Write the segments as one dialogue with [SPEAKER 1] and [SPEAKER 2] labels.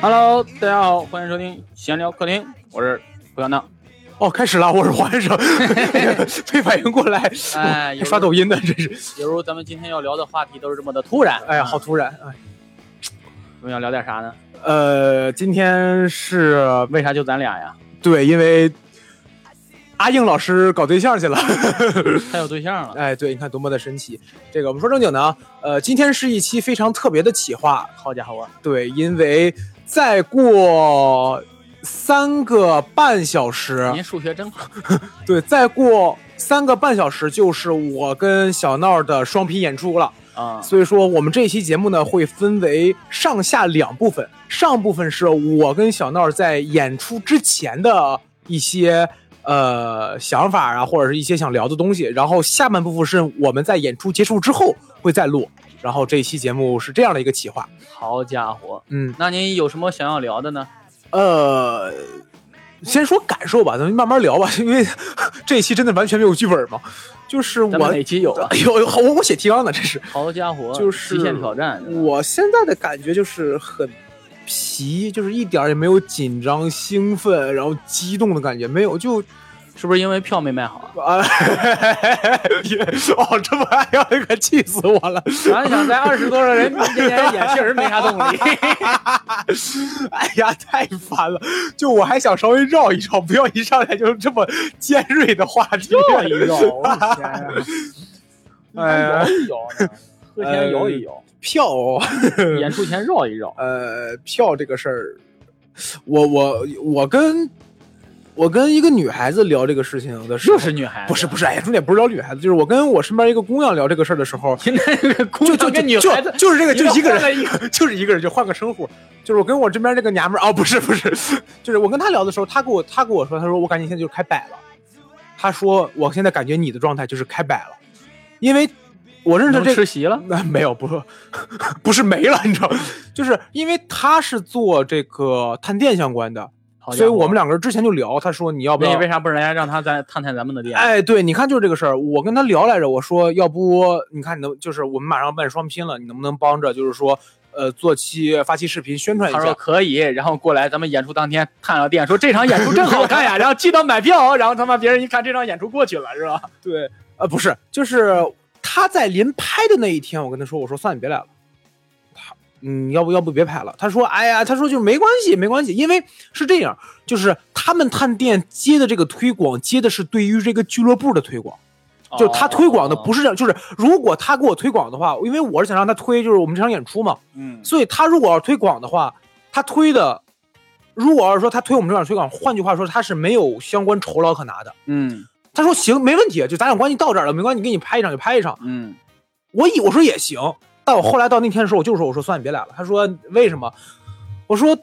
[SPEAKER 1] Hello，大家好，欢迎收听闲聊客厅，我是胡小闹。
[SPEAKER 2] 哦，开始了，我是黄先 生，没反应过来，
[SPEAKER 1] 哎，
[SPEAKER 2] 我刷抖音呢，真是，
[SPEAKER 1] 音，有时候咱们今天要聊的话题都是这么的突然。
[SPEAKER 2] 哎呀，好突然，哎，
[SPEAKER 1] 我们要聊点啥呢？
[SPEAKER 2] 呃，今天是
[SPEAKER 1] 为啥就咱 俩呀？
[SPEAKER 2] 对，因为阿硬老师搞对象去了，
[SPEAKER 1] 他有对象了，
[SPEAKER 2] 哎，对，你看多么的神奇。这个我们说正经的啊，呃，今天是一期非常特别的企划，
[SPEAKER 1] 好家伙，
[SPEAKER 2] 对，因为再过三个半小时，
[SPEAKER 1] 您数学真好。
[SPEAKER 2] 对，再过三个半小时就是我跟小闹的双拼演出了。
[SPEAKER 1] 啊、
[SPEAKER 2] 所以说，我们这一期节目呢会分为上下两部分。上部分是我跟小闹在演出之前的一些呃想法啊，或者是一些想聊的东西。然后下半部分是我们在演出结束之后会再录。然后这一期节目是这样的一个企划。
[SPEAKER 1] 好家伙，
[SPEAKER 2] 嗯，
[SPEAKER 1] 那您有什么想要聊的呢？
[SPEAKER 2] 呃，先说感受吧，咱们慢慢聊吧，因为这一期真的完全没有剧本嘛。就是
[SPEAKER 1] 咱们
[SPEAKER 2] 我
[SPEAKER 1] 哪，期有啊？
[SPEAKER 2] 哎呦，好我我写提纲呢，这是。
[SPEAKER 1] 好家伙，
[SPEAKER 2] 就是
[SPEAKER 1] 极限挑战。
[SPEAKER 2] 我现在的感觉就是很皮，就是一点儿也没有紧张、兴奋，然后激动的感觉，没有就。
[SPEAKER 1] 是不是因为票没卖好啊？
[SPEAKER 2] 啊，也 哦，这么爱要可气死我了！
[SPEAKER 1] 想想在二十多个人面前演，确实没啥动力。
[SPEAKER 2] 哎呀，太烦了！就我还想稍微绕一绕，不要一上来就这么尖锐的话题。
[SPEAKER 1] 摇一摇，我的天啊！
[SPEAKER 2] 哎呀
[SPEAKER 1] 摇一摇呢，喝前摇一摇，
[SPEAKER 2] 票哦，
[SPEAKER 1] 演出前绕一绕。
[SPEAKER 2] 呃，票这个事儿，我我我跟我跟一个女孩子聊这个事情的时候，
[SPEAKER 1] 又是女孩子，
[SPEAKER 2] 不是不是，哎呀，重点不是聊女孩子，就是我跟我身边一个姑娘聊这个事儿的时候，
[SPEAKER 1] 是，现在这个
[SPEAKER 2] 就
[SPEAKER 1] 姑娘
[SPEAKER 2] 就
[SPEAKER 1] 跟女
[SPEAKER 2] 就
[SPEAKER 1] 孩子
[SPEAKER 2] 就就是这个，就一个人，
[SPEAKER 1] 人，
[SPEAKER 2] 就是一个人，就换个称呼。就是我跟我这边这个娘们儿，哦，不是不是，就是我跟她聊的时候，她跟我她跟我说，她说我感觉现在就是开摆了。她说我现在感觉你的状态就是开摆了，因为我认识
[SPEAKER 1] 能
[SPEAKER 2] 这个
[SPEAKER 1] 吃席了。
[SPEAKER 2] 那 没有，不是不是没了，你知道吗，就是因为她是做这个探店相关的，
[SPEAKER 1] 好家伙
[SPEAKER 2] 所以我们两个人之前就聊，她说你要不
[SPEAKER 1] 那
[SPEAKER 2] 要
[SPEAKER 1] 你为啥不人家让他咱探探咱们的店？
[SPEAKER 2] 哎，对，你看就是这个事儿，我跟他聊来着，我说要不你看你能，就是我们马上办双拼了，你能不能帮着就是说，呃，做期发期视频宣传一
[SPEAKER 1] 他说
[SPEAKER 2] 下？
[SPEAKER 1] 可以，然后过来咱们演出当天探了店，说这场演出真好看呀，然后记得买票哦，然后他妈别人一看这场演出过去了是吧？
[SPEAKER 2] 对，呃，不是，就是他在临拍的那一天，我跟他说，我说算了，你别来了，他，嗯，要不要不别拍了？他说，哎呀，他说就没关系，没关系，因为是这样，就是他们探店接的这个推广，接的是对于这个俱乐部的推广。就是
[SPEAKER 1] 哦
[SPEAKER 2] 他推广的不
[SPEAKER 1] 是，
[SPEAKER 2] 是这样，就是如果他给我推广的话，因为我是想让他推，就是我们这场演出嘛，
[SPEAKER 1] 嗯，
[SPEAKER 2] 所以他如果要推广的话，他推的，如果要是说他推我们这场推广，换句话说，他是没有相关酬劳可拿的。
[SPEAKER 1] 嗯
[SPEAKER 2] 他说行，没问题，就咱俩关系到这儿了，没关系，给你拍一场就拍一场。
[SPEAKER 1] 嗯，
[SPEAKER 2] 我以我说也行，但我后来到那天的时候，我就说我说算了，别来了。他说为什么？我说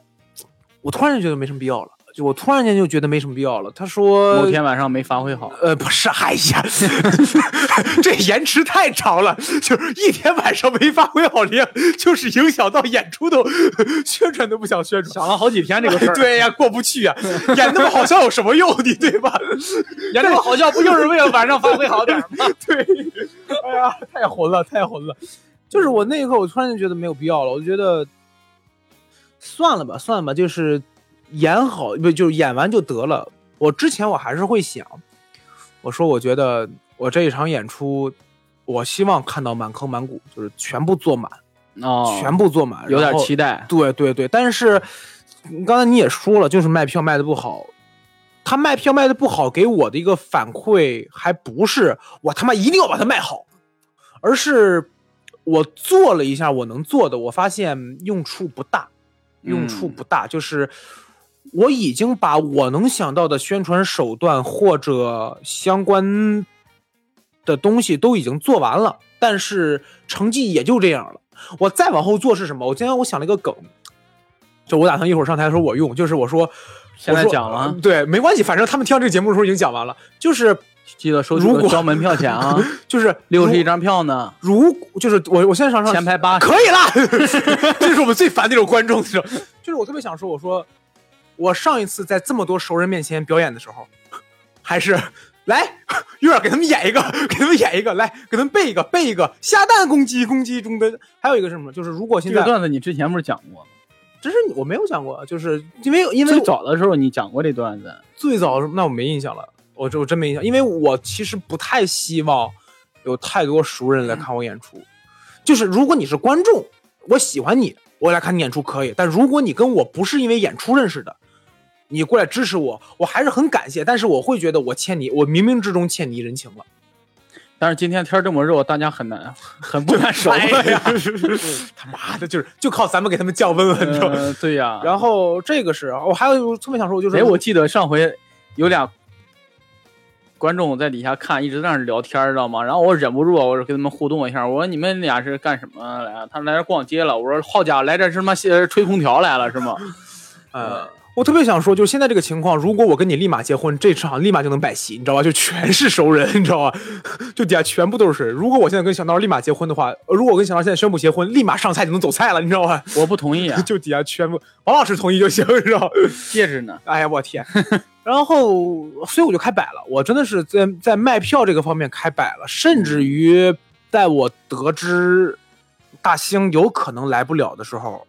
[SPEAKER 2] 我突然就觉得没什么必要了，就我突然间就觉得没什么必要了。他说
[SPEAKER 1] 某天晚上没发挥好，
[SPEAKER 2] 呃，不是，哎呀， 这延迟太长了，就是一天晚上没发挥好练，就是影响到演出都宣传都不想宣传。
[SPEAKER 1] 想了好几天这个事儿，
[SPEAKER 2] 对呀、过不去呀、演那么好笑有什么用？你对 吧？
[SPEAKER 1] 演这么好笑，不就是为了晚上发挥好点儿吗？
[SPEAKER 2] 对，哎呀，太混了，太混了。就是我那一刻，我突然就觉得没有必要了，我就觉得算了吧，算了吧，就是演好，不就是演完就得了。我之前我还是会想，我说我觉得我这一场演出，我希望看到满坑满谷，就是全部坐满，
[SPEAKER 1] 哦，
[SPEAKER 2] 全部坐满，
[SPEAKER 1] 有点
[SPEAKER 2] 然后
[SPEAKER 1] 期待。
[SPEAKER 2] 对对对，但是嗯刚才你也说了，就是卖票卖的不好。他卖票卖的不好，给我的一个反馈还不是我他妈一定要把它卖好，而是我做了一下我能做的，我发现用处不大，用处不大。就是我已经把我能想到的宣传手段或者相关的东西都已经做完了，但是成绩也就这样了。我再往后做是什么？我今天我想了一个梗，就我打算一会儿上台的时候我用，就是我说
[SPEAKER 1] 现在
[SPEAKER 2] 我说
[SPEAKER 1] 讲了啊
[SPEAKER 2] 呃对，没关系，反正他们听到这个节目的时候已经讲完了。就是
[SPEAKER 1] 记得 收
[SPEAKER 2] 如果
[SPEAKER 1] 交门票钱啊，
[SPEAKER 2] 就是
[SPEAKER 1] 六十一张 票呢，
[SPEAKER 2] 如，如就是我我现在上上
[SPEAKER 1] 前 排八十。
[SPEAKER 2] 可以啦，这是我们最烦的那种观众，你知道就是我特别想说，我说我上一次在这么多熟人面前表演的时候，还是来月儿给他们演一个，给他们演一个，来给他们背一个，背一个，下蛋攻击攻击中的，还有一个是什么？就是如果现
[SPEAKER 1] 这
[SPEAKER 2] 在
[SPEAKER 1] 个段子你之前不是讲过吗？
[SPEAKER 2] 真是我没有讲过，啊就是因为因为
[SPEAKER 1] 最早的时候你讲过这段子，
[SPEAKER 2] 最早那我没印象了，我这我真没印象，因为我其实不太希望有太多熟人来看我演出。就是如果你是观众，我喜欢你，我来看你演出可以；但如果你跟我不是因为演出认识的，你过来支持我，我还是很感谢。但是我会觉得我欠你，我冥冥之中欠你一人情了。
[SPEAKER 1] 但是今天天这么热，大家很难很不难受
[SPEAKER 2] 哎
[SPEAKER 1] 了
[SPEAKER 2] 呀
[SPEAKER 1] 呀。
[SPEAKER 2] 他妈的，就是就靠咱们给他们降温了，你知道吗？
[SPEAKER 1] 呃 对呀、
[SPEAKER 2] 然后这个是我还有特别想说，就是
[SPEAKER 1] 哎，我记得上回有俩观众在底下看，一直在那儿聊天儿，知道吗？然后我忍不住，啊我说跟他们互动一下，我说你们俩是干什么来啊？他们来这儿逛街了。我说好家伙，来这儿是他妈呃吹空调来了是吗？
[SPEAKER 2] 呃，我特别想说，就是现在这个情况，如果我跟你立马结婚，这场立马就能摆席，你知道吧？就全是熟人，你知道吧？就底下全部都是熟人。如果我现在跟小闹立马结婚的话， 呃如果我跟小闹现在宣布结婚，立马上菜就能走菜了，你知道吧？，
[SPEAKER 1] 我不同意啊
[SPEAKER 2] 就底下全部，王老师同意就行，你知道吧？
[SPEAKER 1] 戒指呢？
[SPEAKER 2] 哎呀，我天！然后，所以我就开摆了。我真的是在在卖票这个方面开摆了，甚至于在我得知大兴有可能来不了的时候，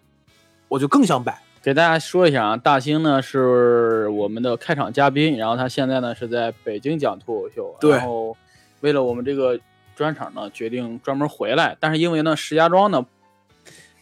[SPEAKER 2] 我就更想摆。
[SPEAKER 1] 给大家说一下啊，大兴呢是我们的开场嘉宾，然后他现在呢是在北京讲脱口秀，
[SPEAKER 2] 对
[SPEAKER 1] 然后为了我们这个专场呢，决定专门回来，但是因为呢石家庄呢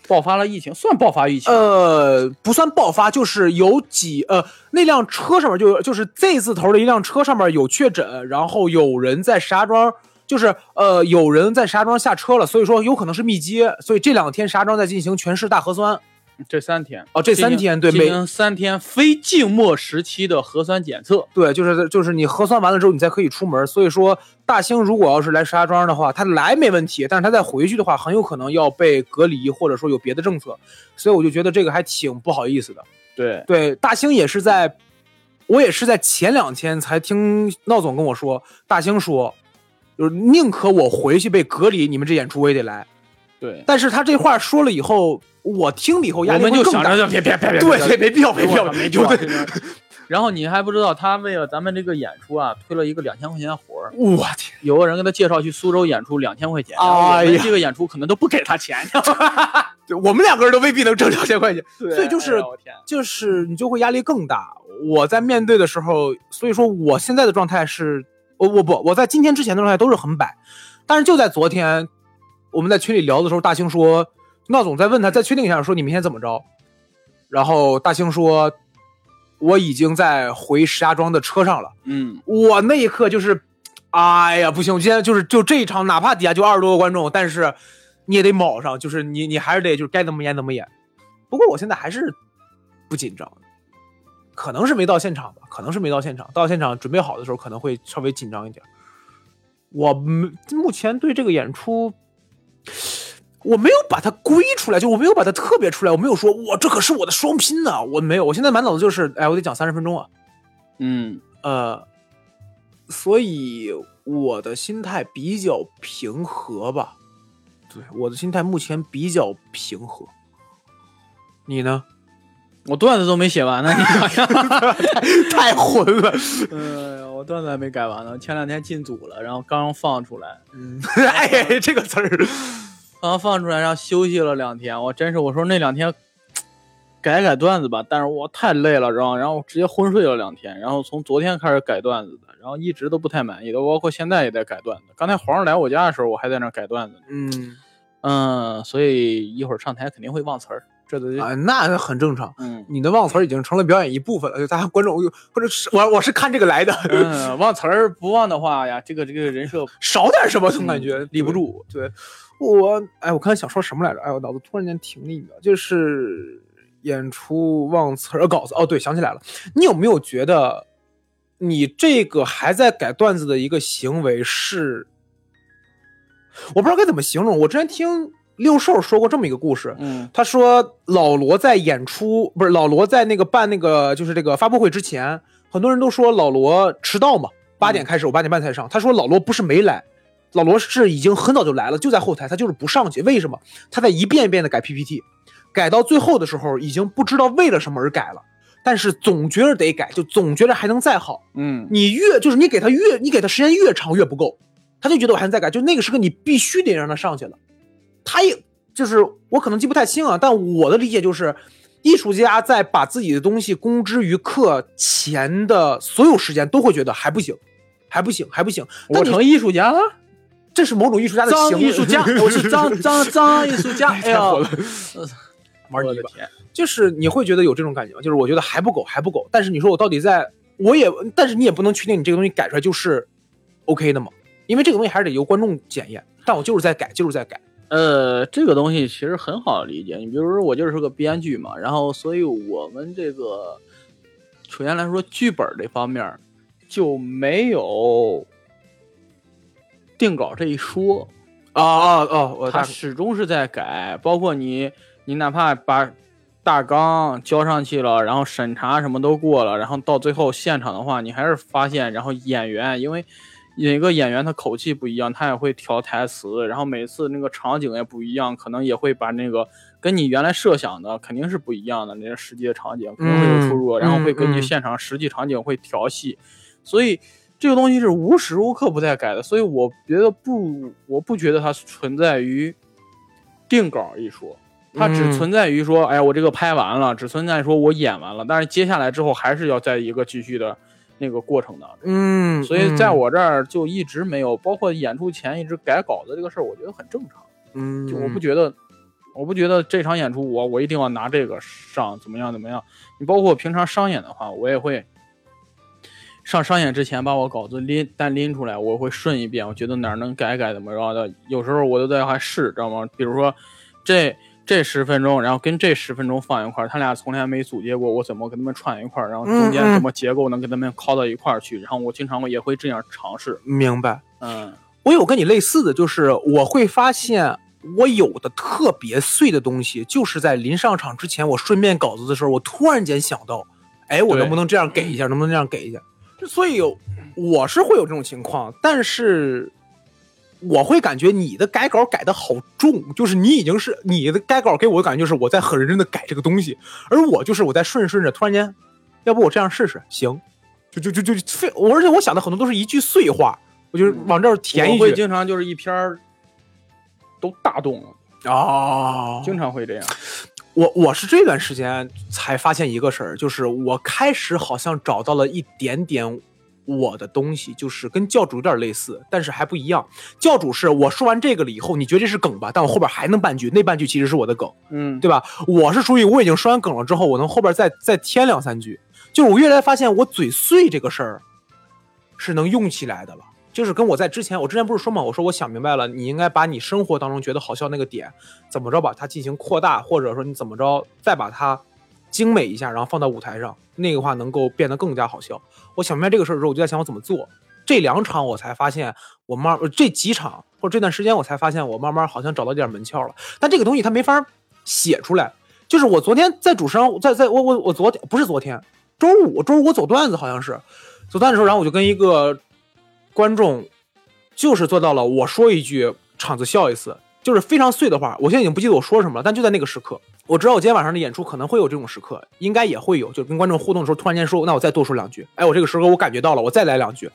[SPEAKER 1] 爆发了疫情，算爆发疫情，
[SPEAKER 2] 呃，不算爆发，就是有几呃，那辆车上面就有，就是 Z 字头的一辆车上面有确诊，然后有人在石家庄，就是呃，有人在石家庄下车了，所以说有可能是密接，所以这两天石家庄在进行全市大核酸。
[SPEAKER 1] 这三天
[SPEAKER 2] 哦这三天对
[SPEAKER 1] 进行
[SPEAKER 2] 每
[SPEAKER 1] 进行三天非静默时期的核酸检测，
[SPEAKER 2] 对，就是就是你核酸完了之后，你才可以出门。所以说，大兴如果要是来石家庄的话，他来没问题，但是他再回去的话，很有可能要被隔离，或者说有别的政策。所以我就觉得这个还挺不好意思的。
[SPEAKER 1] 对，
[SPEAKER 2] 对，大兴也是在，我也是在前两天才听闹总跟我说，大兴说，就是宁可我回去被隔离，你们这演出我也得来。
[SPEAKER 1] 对，
[SPEAKER 2] 但是他这话说了以后，我听了以后
[SPEAKER 1] 我
[SPEAKER 2] 压力
[SPEAKER 1] 们就
[SPEAKER 2] 会更
[SPEAKER 1] 想
[SPEAKER 2] 大。
[SPEAKER 1] 着就别别别别，
[SPEAKER 2] 对，没没必要，没
[SPEAKER 1] 没
[SPEAKER 2] 必
[SPEAKER 1] 票
[SPEAKER 2] 要，
[SPEAKER 1] 没
[SPEAKER 2] 就
[SPEAKER 1] 票，
[SPEAKER 2] 对
[SPEAKER 1] 这。个然后你还不知道，他为了咱们这个演出啊，推了一个两千块钱的活儿，
[SPEAKER 2] 我天，
[SPEAKER 1] 有个人给他介绍去苏州演出两千块钱，
[SPEAKER 2] 哎
[SPEAKER 1] 然后我们
[SPEAKER 2] 呀
[SPEAKER 1] 这个演出可能都不给他钱，
[SPEAKER 2] 对我们两个人都未必能挣两千块钱，所以就是
[SPEAKER 1] 哎呀我天
[SPEAKER 2] 就是你就会压力更大。我在面对的时候，所以说我现在的状态是，我我不我在今天之前的状态都是很摆，但是就在昨天，我们在群里聊的时候，大兴说，闹总在问他再确定一下，说你明天怎么着，然后大兴说，我已经在回石家庄的车上了。
[SPEAKER 1] 嗯，
[SPEAKER 2] 我那一刻就是，哎呀，不行！我今天就是就这一场，哪怕底下就二十多个观众，但是你也得卯上，就是你你还是得就是该怎么演怎么演。不过我现在还是不紧张，可能是没到现场吧，可能是没到现场。到现场准备好的时候，可能会稍微紧张一点。我没目前对这个演出，我没有把它归出来，就我没有把它特别出来，我没有说哇，这可是我的双拼呐、我没有，我现在满脑子就是，哎，我得讲三十分钟啊，
[SPEAKER 1] 嗯，
[SPEAKER 2] 呃，所以我的心态比较平和吧。对，我的心态目前比较平和。你呢？
[SPEAKER 1] 我段子都没写完呢，你想想，
[SPEAKER 2] 太混 了。
[SPEAKER 1] 嗯，我段子还没改完呢，前两天进组了，然后刚放出来，
[SPEAKER 2] 哎，这个词儿，
[SPEAKER 1] 刚放出来，然后休息了两天，我真是我说那两天改改段子吧，但是我太累了，然后然后我直接昏睡了两天，然后从昨天开始改段子的，然后一直都不太满意的，包括现在也在改段子。刚才皇上来我家的时候，我还在那儿改段子呢，
[SPEAKER 2] 嗯
[SPEAKER 1] 嗯，所以一会儿上台肯定会忘词儿，这都、
[SPEAKER 2] 啊，那很正常。
[SPEAKER 1] 嗯。
[SPEAKER 2] 你的忘词儿已经成了表演一部分了，就大家观众或者是我我是看这个来的，
[SPEAKER 1] 嗯，忘词儿不忘的话呀，这个这个人设
[SPEAKER 2] 少点什么总感觉、
[SPEAKER 1] 嗯立不住。
[SPEAKER 2] 对，我哎，我刚才想说什么来着？哎，我脑子突然间停了一秒，就是演出忘词儿稿子。哦，对，想起来了，你有没有觉得你这个还在改段子的一个行为是？我不知道该怎么形容。我之前听六兽说过这么一个故事，
[SPEAKER 1] 嗯
[SPEAKER 2] 他说老罗在演出不是老罗在那个办那个就是这个发布会之前，很多人都说老罗迟到嘛，八点开始，我八点半才上。他说老罗不是没来，老罗是已经很早就来了，就在后台，他就是不上去。为什么？他在一遍一遍的改 PPT，改到最后的时候已经不知道为了什么而改了，但是总觉着得改，就总觉着还能再好。
[SPEAKER 1] 嗯，
[SPEAKER 2] 你越就是你给他越你给他时间越长越不够，他就觉得我还能再改，就那个时刻你必须得让他上去了。他也就是我可能记不太清啊，但我的理解就是，艺术家在把自己的东西公之于课前的所有时间，都会觉得还不行，还不行，还不行。
[SPEAKER 1] 我
[SPEAKER 2] 但你
[SPEAKER 1] 成艺术家了，
[SPEAKER 2] 这是某种艺术家的行
[SPEAKER 1] 脏
[SPEAKER 2] 为
[SPEAKER 1] 艺术家，我 是脏脏脏艺术家。哎
[SPEAKER 2] 太
[SPEAKER 1] 呀，
[SPEAKER 2] 火
[SPEAKER 1] 我
[SPEAKER 2] 了， 玩泥
[SPEAKER 1] 的
[SPEAKER 2] 巴。
[SPEAKER 1] 天，
[SPEAKER 2] 就是你会觉得有这种感觉吗？就是我觉得还不够，还不够。但是你说我到底在，我也，但是你也不能确定你这个东西改出来就是 OK 的嘛，因为这个东西还是得由观众检验。但我就是在改，就是在改。
[SPEAKER 1] 呃，这个东西其实很好理解。你比如说，我就是个编剧嘛，然后所以我们这个首先来说，剧本这方面儿就没有定稿这一说，
[SPEAKER 2] 哦哦哦，我
[SPEAKER 1] 它
[SPEAKER 2] 大
[SPEAKER 1] 始终是在改，包括你，你哪怕把大纲交上去了，然后审查什么都过了，然后到最后现场的话，你还是发现，然后演员因为每个演员他口气不一样，他也会调台词，然后每次那个场景也不一样，可能也会把那个跟你原来设想的肯定是不一样的，那些实际的场景可能会有出入，
[SPEAKER 2] 嗯
[SPEAKER 1] 然后会根据
[SPEAKER 2] 嗯
[SPEAKER 1] 现场实际场景会调戏，所以。这个东西是无时无刻不在改的，所以我觉得不，我不觉得它存在于定稿一说，它只
[SPEAKER 2] 嗯
[SPEAKER 1] 存在于说，哎，我这个拍完了，只存在说我演完了，但是接下来之后还是要在一个继续的那个过程当中。
[SPEAKER 2] 嗯，
[SPEAKER 1] 所以在我这儿就一直没有，包括演出前一直改稿子这个事儿，我觉得很正常。
[SPEAKER 2] 嗯，嗯，
[SPEAKER 1] 就我不觉得，我不觉得这场演出我我一定要拿这个上怎么样怎么样。你包括平常商演的话，我也会上商演之前把我稿子拎单拎出来，我会顺一遍，我觉得哪儿能改改怎么着的。有时候我都在还试，知道吗？比如说这。这十分钟，然后跟这十分钟放一块儿，他俩从来没组接过，我怎么跟他们串一块儿，然后中间
[SPEAKER 2] 嗯嗯
[SPEAKER 1] 什么结构能跟他们靠到一块儿去，然后我经常也会这样尝试，
[SPEAKER 2] 明白。
[SPEAKER 1] 嗯，
[SPEAKER 2] 我有跟你类似的，就是我会发现我有的特别碎的东西，就是在临上场之前，我顺便稿子的时候，我突然间想到，哎，我
[SPEAKER 1] 对
[SPEAKER 2] 能不能这样给一下？能不能这样给一下？所以有我是会有这种情况，但是我会感觉你的改稿改的好重，就是你已经是你的改稿给我的感觉就是我在很认真的改这个东西，而我就是我在顺着顺着，突然间，要不我这样试试行？就就就就废，我而且我想的很多都是一句碎话，我就是往这儿填一
[SPEAKER 1] 嗯我
[SPEAKER 2] 句
[SPEAKER 1] 会。经常就是一篇儿都大动了。
[SPEAKER 2] 哦，
[SPEAKER 1] 经常会这样。
[SPEAKER 2] 我我是这段时间才发现一个事儿，就是我开始好像找到了一点点我的东西，就是跟教主有点类似，但是还不一样。教主是我说完这个了以后，你觉得这是梗吧？但我后边还能半句，那半句其实是我的梗，
[SPEAKER 1] 嗯，
[SPEAKER 2] 对吧？我是属于我已经说完梗了之后，我能后边再再添两三句。就是我越来越发现我嘴碎这个事儿是能用起来的了。就是跟我在之前，我之前不是说嘛，我说我想明白了，你应该把你生活当中觉得好笑那个点，怎么着把它进行扩大，或者说你怎么着再把它精美一下，然后放到舞台上，那个话能够变得更加好笑。我想明白这个事儿之后，我就在想我怎么做。这两场我才发现，我慢呃这几场或者这段时间我才发现，我慢慢好像找到点门窍了。但这个东西它没法写出来。就是我昨天在主持上，在在我我我昨天不是昨天，周五周五我走段子好像是，走段子的时候，然后我就跟一个观众，就是做到了我说一句，场子笑一次，就是非常碎的话。我现在已经不记得我说什么了，但就在那个时刻，我知道我今天晚上的演出可能会有这种时刻，应该也会有，就跟观众互动的时候，突然间说，那我再多说两句，哎，我这个时候我感觉到了，我再来两句。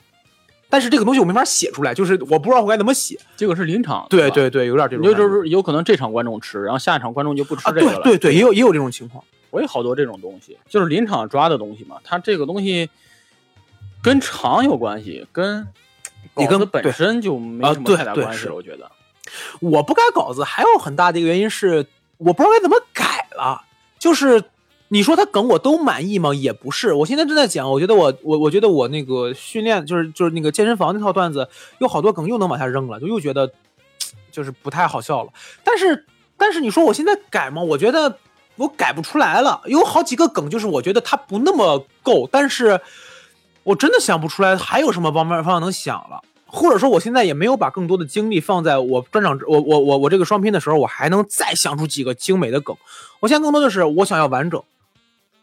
[SPEAKER 2] 但是这个东西我没法写出来，就是我不知道我该怎么写。
[SPEAKER 1] 这个是临场，
[SPEAKER 2] 对
[SPEAKER 1] 吧，
[SPEAKER 2] 对对，有点这
[SPEAKER 1] 你
[SPEAKER 2] 种
[SPEAKER 1] 就
[SPEAKER 2] 感觉。
[SPEAKER 1] 就是有可能这场观众吃，然后下一场观众就不吃
[SPEAKER 2] 啊，
[SPEAKER 1] 这个
[SPEAKER 2] 对
[SPEAKER 1] 了。
[SPEAKER 2] 对对，也有也有这种情况。
[SPEAKER 1] 我也好多这种东西，就是临场抓的东西嘛。它这个东西跟场有关系，跟
[SPEAKER 2] 你
[SPEAKER 1] 稿子
[SPEAKER 2] 跟
[SPEAKER 1] 本
[SPEAKER 2] 对
[SPEAKER 1] 身就没
[SPEAKER 2] 啊
[SPEAKER 1] 什么
[SPEAKER 2] 对
[SPEAKER 1] 太大
[SPEAKER 2] 对
[SPEAKER 1] 关系，
[SPEAKER 2] 是
[SPEAKER 1] 我觉得。
[SPEAKER 2] 我不改稿子，还有很大的一个原因是我不知道该怎么改了。就是你说他梗我都满意吗？也不是。我现在正在讲，我觉得我我我觉得我那个训练就是就是那个健身房那套段子，有好多梗又能往下扔了，就又觉得嘖就是不太好笑了。但是但是你说我现在改吗？我觉得我改不出来了。有好几个梗就是我觉得它不那么够，但是我真的想不出来还有什么方面方向能想了。或者说，我现在也没有把更多的精力放在我专场，我我我我这个双拼的时候，我还能再想出几个精美的梗。我现在更多的是我想要完整，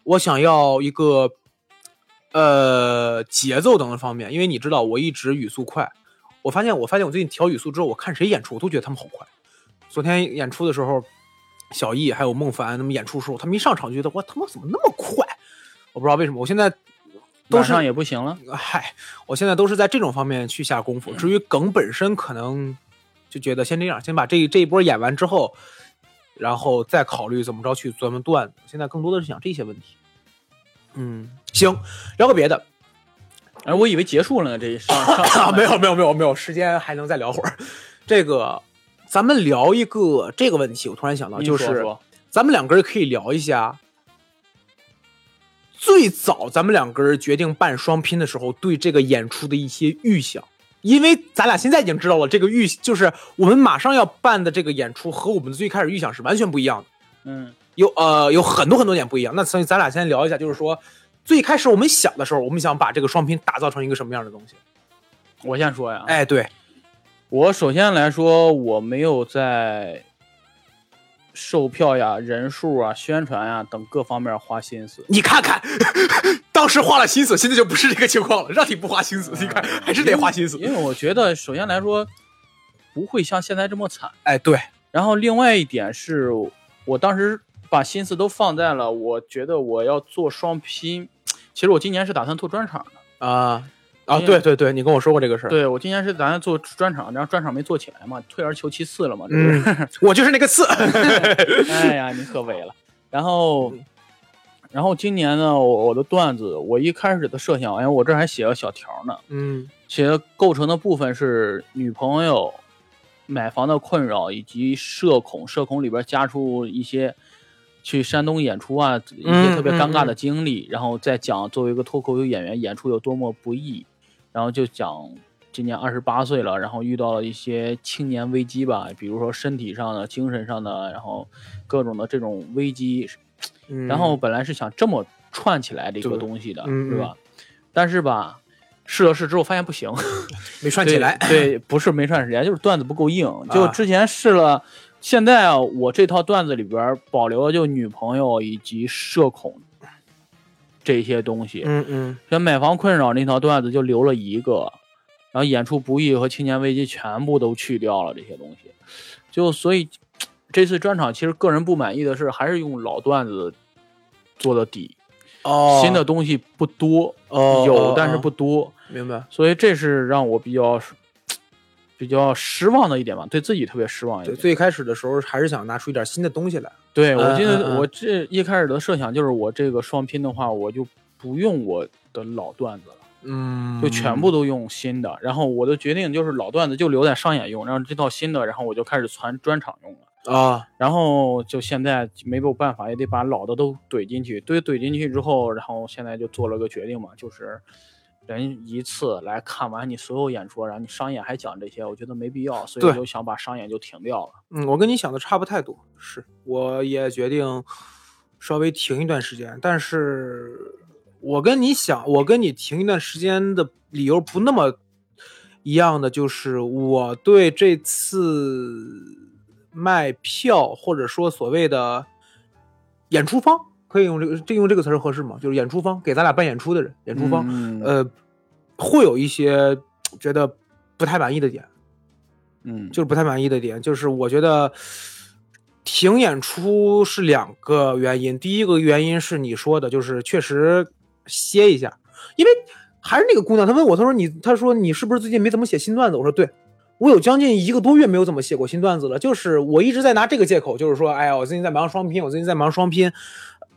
[SPEAKER 2] 我想要一个呃节奏等方面，因为你知道我一直语速快，我发现我发现我最近调语速之后，我看谁演出我都觉得他们好快。昨天演出的时候，小易还有孟凡他们演出的时候，他们一上场就觉得我他妈怎么那么快，我不知道为什么，我现在都
[SPEAKER 1] 晚
[SPEAKER 2] 是
[SPEAKER 1] 上也不行了，
[SPEAKER 2] 嗨，我现在都是在这种方面去下功
[SPEAKER 1] 嗯
[SPEAKER 2] 夫。至于梗本身，可能就觉得先这样，先把这这一波演完之后，然后再考虑怎么着去琢磨段子。现在更多的是想这些问题。嗯，行，聊个别的
[SPEAKER 1] 哎，我以为结束了呢，这一 上上
[SPEAKER 2] 啊，没有没有没有没有，时间还能再聊会儿。这个，咱们聊一个这个问题，我突然想到，
[SPEAKER 1] 你
[SPEAKER 2] 就
[SPEAKER 1] 说
[SPEAKER 2] 是
[SPEAKER 1] 说
[SPEAKER 2] 咱们两个人可以聊一下，最早咱们两个人决定办双拼的时候，对这个演出的一些预想。因为咱俩现在已经知道了，这个预就是我们马上要办的这个演出和我们最开始预想是完全不一样的，
[SPEAKER 1] 嗯
[SPEAKER 2] 有呃有很多很多点不一样。那所以咱俩先聊一下，就是说最开始我们想的时候，我们想把这个双拼打造成一个什么样的东西？
[SPEAKER 1] 我先说呀，
[SPEAKER 2] 哎，对，
[SPEAKER 1] 我首先来说，我没有在售票呀、人数啊、宣传呀等各方面花心思。
[SPEAKER 2] 你看 看，当时花了心思，现在就不是这个情况了，让你不花心思，你看还是得花心思。
[SPEAKER 1] 因为我觉得首先来说，不会像现在这么惨。
[SPEAKER 2] 哎，对，
[SPEAKER 1] 然后另外一点是，我当时把心思都放在了，我觉得我要做双拼。其实我今年是打算做专场的，
[SPEAKER 2] 啊啊，
[SPEAKER 1] 因
[SPEAKER 2] 对
[SPEAKER 1] 为
[SPEAKER 2] 对对，你跟我说过这个事儿。
[SPEAKER 1] 对我今年是打算做专场，然后专场没做起来嘛，退而求其次了嘛，这不是？
[SPEAKER 2] 嗯， 我就是那个刺。
[SPEAKER 1] 哎呀，你可伟了。然后，然后今年呢，我我的段子，我一开始的设想，哎，我这还写个小条呢，
[SPEAKER 2] 嗯
[SPEAKER 1] 写的构成的部分是女朋友、买房的困扰以及社恐，社恐里边加出一些去山东演出啊一
[SPEAKER 2] 嗯
[SPEAKER 1] 些特别尴尬的经历，然后再讲作为一个脱口秀演员演出有多么不易，然后就讲。今年二十八岁了，然后遇到了一些青年危机吧，比如说身体上的、精神上的，然后各种的这种危机，
[SPEAKER 2] 嗯
[SPEAKER 1] 然后本来是想这么串起来的一个
[SPEAKER 2] 对
[SPEAKER 1] 东西的，
[SPEAKER 2] 嗯
[SPEAKER 1] 是吧？但是吧，试了试之后发现不行，
[SPEAKER 2] 没串起来。
[SPEAKER 1] 对，对不是没串时间，就是段子不够硬。就
[SPEAKER 2] 啊
[SPEAKER 1] 之前试了，现在啊我这套段子里边儿保留的就女朋友以及社恐这些东西。
[SPEAKER 2] 嗯嗯
[SPEAKER 1] 像买房困扰那套段子就留了一个，然后演出不易和青年危机全部都去掉了这些东西，就所以这次专场其实个人不满意的是还是用老段子做的底，
[SPEAKER 2] 哦
[SPEAKER 1] 新的东西不多，
[SPEAKER 2] 哦
[SPEAKER 1] 有、
[SPEAKER 2] 哦
[SPEAKER 1] 但是
[SPEAKER 2] 哦
[SPEAKER 1] 不多，
[SPEAKER 2] 明白。
[SPEAKER 1] 所以这是让我比较比较失望的一点吧，对自己特别失望一
[SPEAKER 2] 对，
[SPEAKER 1] 点。
[SPEAKER 2] 最开始的时候还是想拿出一点新的东西来。
[SPEAKER 1] 对我
[SPEAKER 2] 嗯
[SPEAKER 1] 记
[SPEAKER 2] 嗯
[SPEAKER 1] 得
[SPEAKER 2] 嗯
[SPEAKER 1] 我这一开始的设想就是我这个双拼的话，我就不用我的老段子了。
[SPEAKER 2] 嗯
[SPEAKER 1] 就全部都用新的。然后我的决定就是老段子就留在上演用，然后这套新的，然后我就开始传专场用了。
[SPEAKER 2] 啊
[SPEAKER 1] 然后就现在没有办法，也得把老的都怼进去。怼怼进去之后，然后现在就做了个决定嘛，就是人一次来看完你所有演出，然后你商演还讲这些，我觉得没必要，所以
[SPEAKER 2] 对
[SPEAKER 1] 我就想把商演就停掉了。
[SPEAKER 2] 嗯，我跟你想的差不太多。是，我也决定稍微停一段时间，但是我跟你想，我跟你停一段时间的理由不那么一样的，就是我对这次卖票或者说所谓的演出方，可以用这个这用这个词儿合适吗？就是演出方给咱俩办演出的人，演出方，
[SPEAKER 1] 嗯
[SPEAKER 2] 呃，会有一些觉得不太满意的点。
[SPEAKER 1] 嗯，
[SPEAKER 2] 就是不太满意的点，就是我觉得停演出是两个原因。第一个原因是你说的，就是确实歇一下，因为还是那个姑娘，她问我，她说你，她说你是不是最近没怎么写新段子？我说对。我有将近一个多月没有怎么写过新段子了，就是我一直在拿这个借口，就是说，哎呀，我最近在忙双拼，我最近在忙双拼，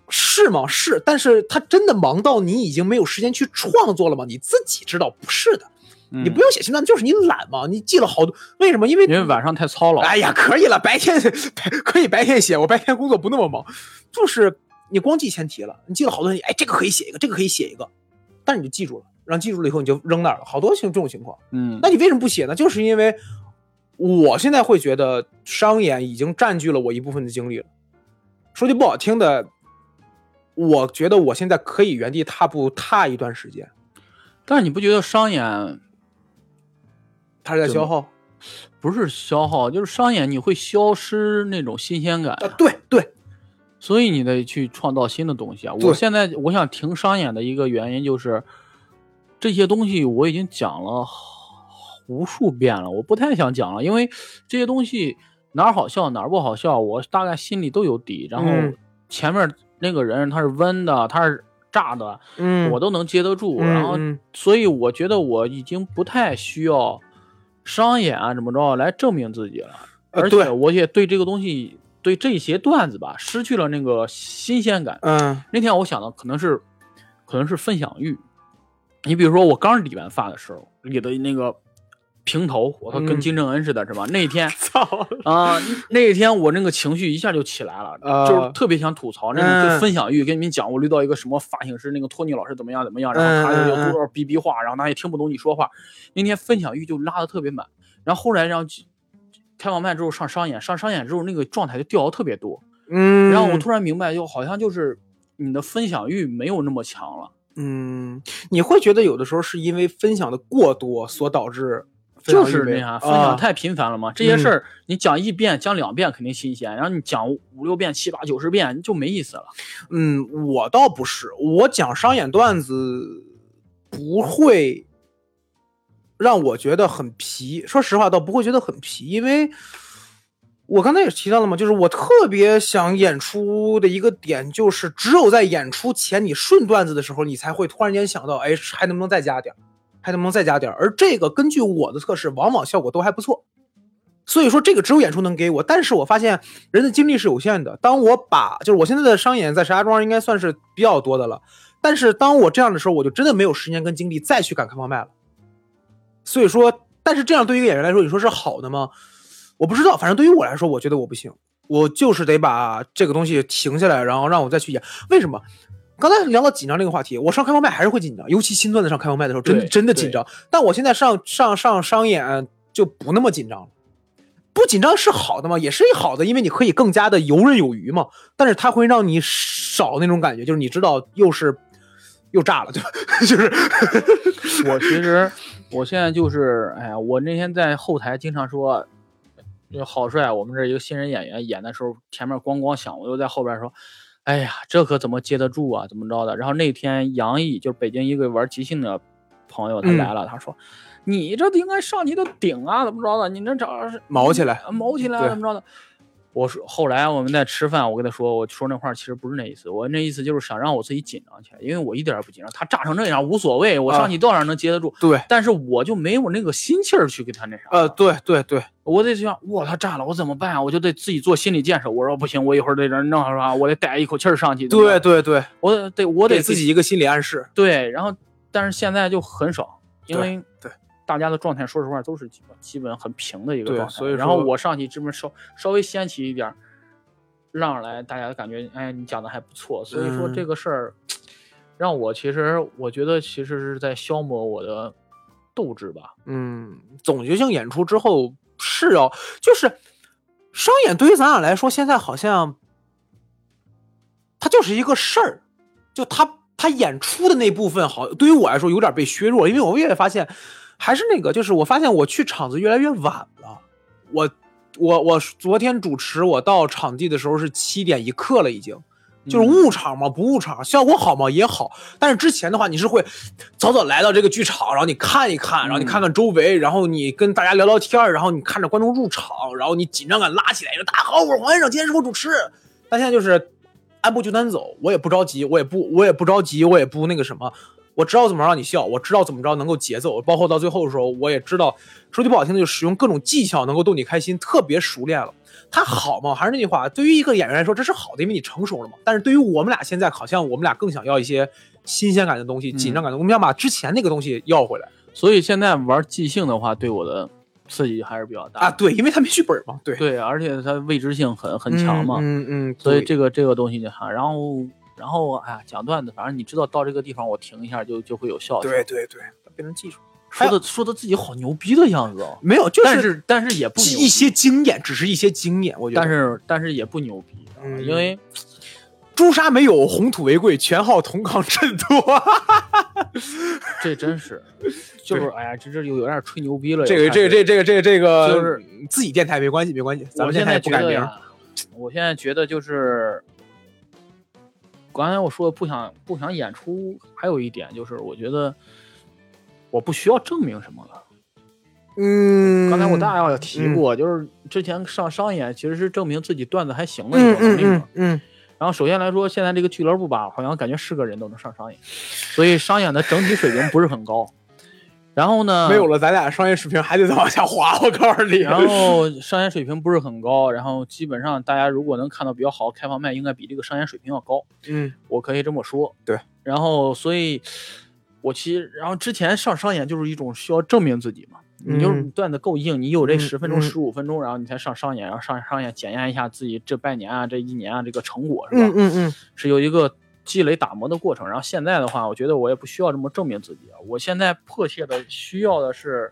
[SPEAKER 2] 是吗？是，但是他真的忙到你已经没有时间去创作了吗？你自己知道不是的，你
[SPEAKER 1] 你
[SPEAKER 2] 不用写新段子，就是你懒嘛，你记了好多，为什么？嗯因为
[SPEAKER 1] 嗯因为晚上太操劳。
[SPEAKER 2] 哎呀，可以了，白天 白可以白天写，我白天工作不那么忙，就是你光记前提了，你记了好多，你哎这个可以写一个，这个可以写一个，但是你就记住了，然后记住了以后你就扔那儿了，好多情这种情况。
[SPEAKER 1] 嗯
[SPEAKER 2] 那你为什么不写呢？就是因为我现在会觉得商演已经占据了我一部分的精力了。说句不好听的，我觉得我现在可以原地踏步踏一段时间，
[SPEAKER 1] 但是你不觉得商演
[SPEAKER 2] 它是在消耗。
[SPEAKER 1] 不是消耗，就是商演你会消失那种新鲜感。
[SPEAKER 2] 啊，对对，
[SPEAKER 1] 所以你得去创造新的东西啊！
[SPEAKER 2] 对
[SPEAKER 1] 我现在我想停商演的一个原因就是，这些东西我已经讲了无数遍了，我不太想讲了，因为这些东西哪儿好笑哪儿不好笑，我大概心里都有底。然后
[SPEAKER 2] 嗯
[SPEAKER 1] 前面那个人他是温的，他是炸的，
[SPEAKER 2] 嗯
[SPEAKER 1] 我都能接得住。然后
[SPEAKER 2] 嗯
[SPEAKER 1] 所以我觉得我已经不太需要商演啊怎么着来证明自己了，
[SPEAKER 2] 呃
[SPEAKER 1] 而
[SPEAKER 2] 对
[SPEAKER 1] 且我也对这个东西。对这些段子吧失去了那个新鲜感。
[SPEAKER 2] 嗯
[SPEAKER 1] 那天我想的可能是，可能是分享欲。你比如说，我刚理完发的时候理的那个平头，我操，跟
[SPEAKER 2] 嗯
[SPEAKER 1] 金正恩似的，是吧？那一天
[SPEAKER 2] 操，
[SPEAKER 1] 啊、那一天我那个情绪一下就起来了，
[SPEAKER 2] 呃
[SPEAKER 1] 就是特别想吐槽那种就
[SPEAKER 2] 嗯
[SPEAKER 1] 分享欲。跟你们讲，我遇到一个什么发型师，那个托尼老师怎么样怎么样，然
[SPEAKER 2] 嗯
[SPEAKER 1] 后他就有
[SPEAKER 2] 嗯
[SPEAKER 1] 多少逼逼话，然后他也听不懂你说话。那天分享欲就拉的特别满，然后后来让开完麦之后上商演，上商演之后那个状态就掉的特别多。
[SPEAKER 2] 嗯，
[SPEAKER 1] 然后我突然明白，就好像就是你的分享欲没有那么强了，
[SPEAKER 2] 嗯，你会觉得有的时候是因为分享的过多所导致分
[SPEAKER 1] 就
[SPEAKER 2] 享欲
[SPEAKER 1] 是
[SPEAKER 2] 被，
[SPEAKER 1] 那啥，分享
[SPEAKER 2] 啊
[SPEAKER 1] 太频繁了嘛。这些
[SPEAKER 2] 嗯
[SPEAKER 1] 事儿你讲一遍、讲两遍肯定新鲜，然后你讲五六遍、七八九十遍就没意思了。
[SPEAKER 2] 嗯，我倒不是，我讲商演段子不会让我觉得很皮。说实话，倒不会觉得很皮，因为我刚才也提到了嘛，就是我特别想演出的一个点，就是只有在演出前你顺段子的时候，你才会突然间想到，哎，还能不能再加点儿，还能不能再加点儿。而这个根据我的测试，往往效果都还不错。所以说这个只有演出能给我，但是我发现人的精力是有限的。当我把就是我现在的商演在石家庄应该算是比较多的了，但是当我这样的时候，我就真的没有时间跟精力再去赶开放麦了。所以说，但是这样对于一个演员来说，你说是好的吗？我不知道，反正对于我来说，我觉得我不行，我就是得把这个东西停下来，然后让我再去演。为什么？刚才聊到紧张这个话题，我上开放麦还是会紧张，尤其新段子上开放麦的时候，真的
[SPEAKER 1] 对
[SPEAKER 2] 真的
[SPEAKER 1] 对
[SPEAKER 2] 紧张。但我现在上上上商演就不那么紧张了。不紧张是好的嘛，也是一好的，因为你可以更加的游刃有余嘛。但是它会让你少那种感觉，就是你知道又是又炸了，就 就是
[SPEAKER 1] 我其实我现在就是，哎呀，我那天在后台经常说。就郝帅，我们这一个新人演员演的时候，前面咣咣响，我又在后边说：“哎呀，这可怎么接得住啊？怎么着的？”然后那天杨毅，就是北京一个玩即兴的朋友，他
[SPEAKER 2] 嗯
[SPEAKER 1] 来了，他说：“你这应该上去的顶啊，怎么着的？你那找是
[SPEAKER 2] 毛起来。
[SPEAKER 1] 啊毛起来了
[SPEAKER 2] 对
[SPEAKER 1] 怎么着的？”我说，后来我们在吃饭，我跟他说，我说那话其实不是那意思，我那意思就是想让我自己紧张起来，因为我一点儿也不紧张，他炸成这样无所谓，我
[SPEAKER 2] 啊
[SPEAKER 1] 上去照样能接得住，
[SPEAKER 2] 对，
[SPEAKER 1] 但是我就没有那个心气儿去给他那啥。
[SPEAKER 2] 呃，对对对，
[SPEAKER 1] 我得想，哇，他炸了，我怎么办啊？我就得自己做心理建设。我说不行，我一会儿得这弄是吧？我得逮一口气儿上去。
[SPEAKER 2] 对
[SPEAKER 1] 吧，
[SPEAKER 2] 对对，
[SPEAKER 1] 我得对我
[SPEAKER 2] 我
[SPEAKER 1] 得
[SPEAKER 2] 给自己一个心理暗示。
[SPEAKER 1] 对。然后，但是现在就很少，因为
[SPEAKER 2] 对
[SPEAKER 1] 大家的状态，说实话都是基本基本很平的一个
[SPEAKER 2] 对
[SPEAKER 1] 状态。
[SPEAKER 2] 所以
[SPEAKER 1] 然后
[SPEAKER 2] 说
[SPEAKER 1] 我上去这边稍稍微掀起一点儿，让来大家感觉，哎，你讲的还不错。所以说
[SPEAKER 2] 嗯
[SPEAKER 1] 这个事儿，让我其实我觉得其实是在消磨我的斗志吧。
[SPEAKER 2] 嗯，总结性演出之后是要、就是商演对于咱俩来说，现在好像它就是一个事儿，就它它演出的那部分好，对于我来说有点被削弱，因为我越来越发现还是那个，就是我发现我去场子越来越晚了，我。我我昨天主持，我到场地的时候是七点一刻了，已经，就是
[SPEAKER 1] 嗯
[SPEAKER 2] 误场嘛，不误场，效果好嘛也好，但是之前的话，你是会早早来到这个剧场，然后你看一看，然后你看看周围，然后你跟大家聊聊天儿，然后你看着观众入场，然后你紧张感拉起来，说大家好，我是黄先生，今天是我主持。但现在就是按部就班走，我也不着急，我也不我也不着急，我也不那个什么，我知道怎么让你笑，我知道怎么着能够节奏，包括到最后的时候，我也知道说句不好听的，就使用各种技巧能够逗你开心，特别熟练了。它好嘛？还是那句话，对于一个演员来说，这是好的，因为你成熟了嘛。但是对于我们俩现在，好像我们俩更想要一些新鲜感的东西、
[SPEAKER 1] 嗯
[SPEAKER 2] 紧张感的，我们想把之前那个东西要回来
[SPEAKER 1] 所以现在玩即兴的话，对我的刺激还是比较大
[SPEAKER 2] 啊。对，因为他没剧本嘛，对，
[SPEAKER 1] 对，而且它未知性很很强嘛，
[SPEAKER 2] 嗯嗯，嗯
[SPEAKER 1] 所以
[SPEAKER 2] 对
[SPEAKER 1] 这个这个东西就哈，然后然后哎呀，讲段子，反正你知道到这个地方我停一下就就会有效果。
[SPEAKER 2] 对对对，变成技术
[SPEAKER 1] 说的说的自己好牛逼的样子哦，
[SPEAKER 2] 没有，就
[SPEAKER 1] 但是但是也不牛
[SPEAKER 2] 一
[SPEAKER 1] 逼
[SPEAKER 2] 些经验，只是一些经验，我觉得。
[SPEAKER 1] 但是但是也不牛逼，啊
[SPEAKER 2] 嗯
[SPEAKER 1] 因为
[SPEAKER 2] 朱砂没有，红土为贵，全靠同行衬托。
[SPEAKER 1] 这 真是就是哎呀，这这又有点吹牛逼了。
[SPEAKER 2] 这个
[SPEAKER 1] 又开
[SPEAKER 2] 这
[SPEAKER 1] 始
[SPEAKER 2] 个这个这个这个这个，
[SPEAKER 1] 就是
[SPEAKER 2] 自己电台没关系没关系，咱
[SPEAKER 1] 我
[SPEAKER 2] 们电
[SPEAKER 1] 现
[SPEAKER 2] 台也
[SPEAKER 1] 在
[SPEAKER 2] 不
[SPEAKER 1] 觉
[SPEAKER 2] 改
[SPEAKER 1] 得
[SPEAKER 2] 名儿。
[SPEAKER 1] 呀，我现在觉得就是，刚才我说的不想不想演出，还有一点就是，我觉得我不需要证明什么了。
[SPEAKER 2] 嗯，
[SPEAKER 1] 刚才我大概也提
[SPEAKER 2] 嗯
[SPEAKER 1] 过，就是之前上商演其实是证明自己段子还行的一
[SPEAKER 2] 嗯
[SPEAKER 1] 种能
[SPEAKER 2] 嗯
[SPEAKER 1] 力
[SPEAKER 2] 嗯
[SPEAKER 1] 嘛。
[SPEAKER 2] 嗯，
[SPEAKER 1] 然后首先来说，现在这个俱乐部吧，好像感觉是个人都能上商演，所以商演的整体水平不是很高。然后呢，
[SPEAKER 2] 没有了，咱俩商业水平还得再往下滑。我告诉你，
[SPEAKER 1] 然后商业水平不是很高，然后基本上大家如果能看到比较好的开放麦，应该比这个商业水平要高，
[SPEAKER 2] 嗯，
[SPEAKER 1] 我可以这么说。
[SPEAKER 2] 对，
[SPEAKER 1] 然后所以，我其实然后之前上商演就是一种需要证明自己嘛，你就是
[SPEAKER 2] 嗯
[SPEAKER 1] 段子够硬，你有这
[SPEAKER 2] 嗯
[SPEAKER 1] 十分钟、
[SPEAKER 2] 嗯
[SPEAKER 1] 十五分钟，然后你才上商演，然后上商演检验一下自己这半年啊、这一年啊这个成果是吧？
[SPEAKER 2] 嗯嗯嗯，
[SPEAKER 1] 是有一个积累打磨的过程。然后现在的话，我觉得我也不需要这么证明自己啊，我现在迫切的需要的是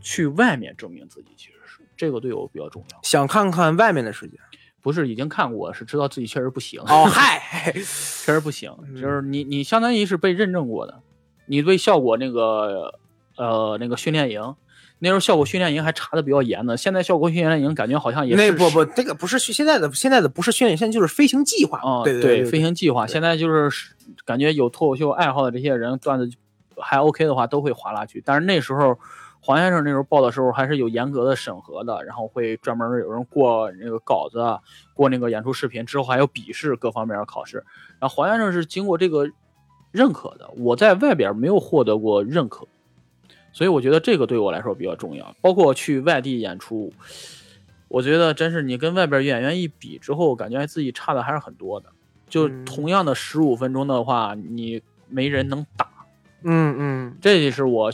[SPEAKER 1] 去外面证明自己，其实是这个对我比较重要。
[SPEAKER 2] 想看看外面的世界。
[SPEAKER 1] 不是已经看过，是知道自己确实不行，
[SPEAKER 2] 哦 嗨，
[SPEAKER 1] 确实不行，
[SPEAKER 2] 嗯
[SPEAKER 1] 就是你你相当于是被认证过的，你对效果那个呃那个训练营。那时候效果训练营还查的比较严呢，现在效果训练营感觉好像也是
[SPEAKER 2] 那不不，这个不是现在的，现在的不是训练，现在就是飞行计划。
[SPEAKER 1] 啊，
[SPEAKER 2] 对
[SPEAKER 1] 对
[SPEAKER 2] 对，
[SPEAKER 1] 飞行计划，
[SPEAKER 2] 对
[SPEAKER 1] 现在就是感觉有脱口秀爱好的这些人，段子还 OK 的话，都会滑拉去。但是那时候黄先生那时候报的时候，还是有严格的审核的，然后会专门有人过那个稿子啊，过那个演出视频之后，还有笔试各方面的考试。然后黄先生是经过这个认可的，我在外边没有获得过认可，所以我觉得这个对我来说比较重要。包括去外地演出，我觉得真是你跟外边演员一比之后，感觉自己差的还是很多的。就
[SPEAKER 2] 嗯
[SPEAKER 1] 同样的十五分钟的话，你没人能打，
[SPEAKER 2] 嗯嗯
[SPEAKER 1] 这就是我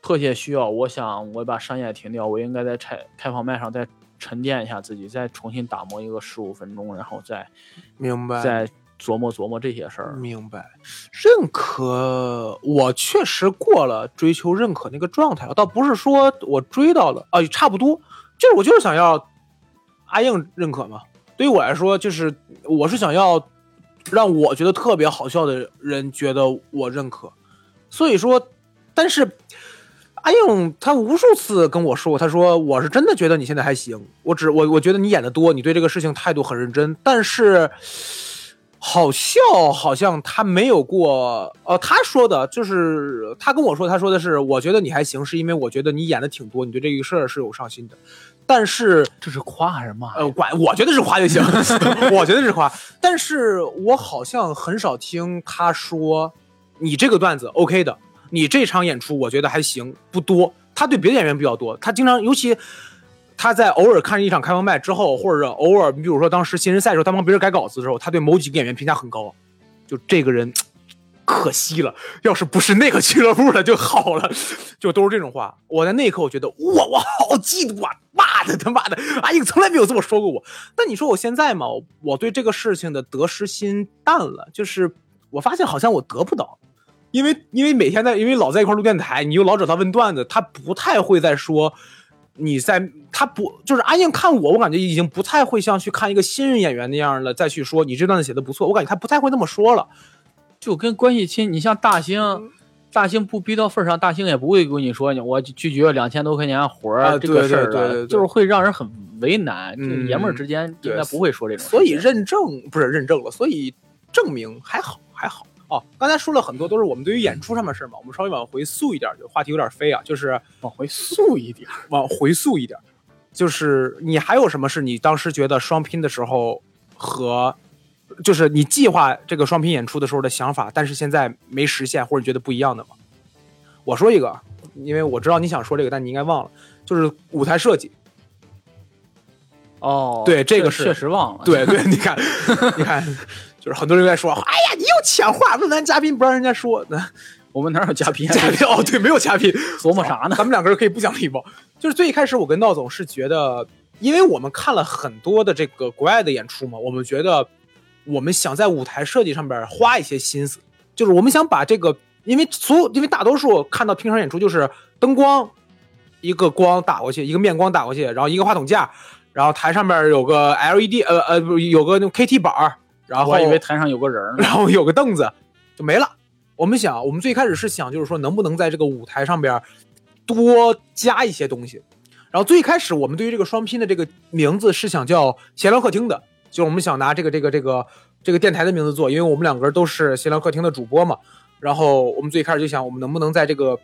[SPEAKER 1] 迫切需要。我想我把商业停掉，我应该在开开放麦上再沉淀一下自己，再重新打磨一个十五分钟，然后再
[SPEAKER 2] 明白。
[SPEAKER 1] 再琢磨琢磨这些事儿。
[SPEAKER 2] 明白，认可我确实过了追求认可那个状态，倒不是说我追到了，啊、差不多，就是我就是想要阿硬认可嘛。对于我来说，就是我是想要让我觉得特别好笑的人觉得我认可，所以说，但是阿硬他无数次跟我说过，他说我是真的觉得你现在还行，我只我我觉得你演的多，你对这个事情态度很认真，但是好笑好像他没有过，呃，他说的就是呃他跟我说，他说的是我觉得你还行，是因为我觉得你演的挺多，你对这个事儿是有上心的，但是
[SPEAKER 1] 这是夸还是骂呀？
[SPEAKER 2] 呃，管我觉得是夸就行， 我觉得是夸。但是我好像很少听他说你这个段子 OK 的，你这场演出我觉得还行，不多。他对别的演员比较多，他经常尤其他在偶尔看一场开放麦之后，或者偶尔你比如说当时新人赛的时候，他帮别人改稿子的时候，他对某几个演员评价很高，就这个人。可惜了，要是不是那个俱乐部的就好了， 就都是这种话。我在那一刻，我觉得哇，我好嫉妒啊！妈的，他妈的，阿英从来没有这么说过我。但你说我现在嘛，我我对这个事情的得失心淡了，就是我发现好像我得不到，因为因为每天在因为老在一块儿录电台，你又老找他问段子，他不太会再说你在他不就是阿燕看我，我感觉已经不太会像去看一个新人演员那样了，再去说你这段子写的不错，我感觉他不太会那么说了。
[SPEAKER 1] 就跟关系亲，你像大兴。
[SPEAKER 2] 嗯
[SPEAKER 1] 大兴不逼到份儿上，大兴也不会跟你说你我拒绝两千多块钱活儿、
[SPEAKER 2] 啊
[SPEAKER 1] 这个
[SPEAKER 2] 对
[SPEAKER 1] 事儿
[SPEAKER 2] 对对
[SPEAKER 1] 了
[SPEAKER 2] 对对
[SPEAKER 1] 就是会让人很为难。
[SPEAKER 2] 嗯
[SPEAKER 1] 这个爷们儿之间应
[SPEAKER 2] 对
[SPEAKER 1] 该不会说这种事情，
[SPEAKER 2] 所以认证不是认证了，所以证明还好还好哦。刚才说了很多都是我们对于演出上面的事儿嘛，我们稍微往回溯一点儿，就话题有点飞啊，就是
[SPEAKER 1] 往回溯一点。
[SPEAKER 2] 往回溯一点儿，就是你还有什么是你当时觉得双拼的时候和，就是你计划这个双拼演出的时候的想法，但是现在没实现或者觉得不一样的吗？我说一个，因为我知道你想说这个，但你应该忘了，就是舞台设计。
[SPEAKER 1] 哦，
[SPEAKER 2] 对这个是
[SPEAKER 1] 确实忘 了。
[SPEAKER 2] 对 对，你看，你看，就是很多人在说，哎呀，你又抢话，问完嘉宾不让人家说，那
[SPEAKER 1] 我们哪有嘉宾啊？
[SPEAKER 2] 嘉宾哦，对，没有嘉宾，
[SPEAKER 1] 琢磨 啥呢？
[SPEAKER 2] 咱们两个人可以不讲礼貌。 就是最一开始我跟闹总是觉得，因为我们看了很多的这个国外的演出嘛，我们觉得我们想在舞台设计上边花一些心思，就是我们想把这个，因为所有，因为大多数看到平常演出就是灯光，一个光打过去，一个面光打过去，然后一个话筒架，然后台上面有个 LED，呃呃，不是有个那种 KT 板儿，然后
[SPEAKER 1] 我以为台上有个人儿呢。
[SPEAKER 2] 然后有个凳子就没了。我们想，我们最开始是想，就是说能不能在这个舞台上边儿多加一些东西。然后最开始我们对于这个双拼的这个名字是想叫闲聊客厅的，就是我们想拿这个这个这个这个电台的名字做，因为我们两个人都是闲聊客厅的主播嘛。然后我们最开始就想，我们能不能在这个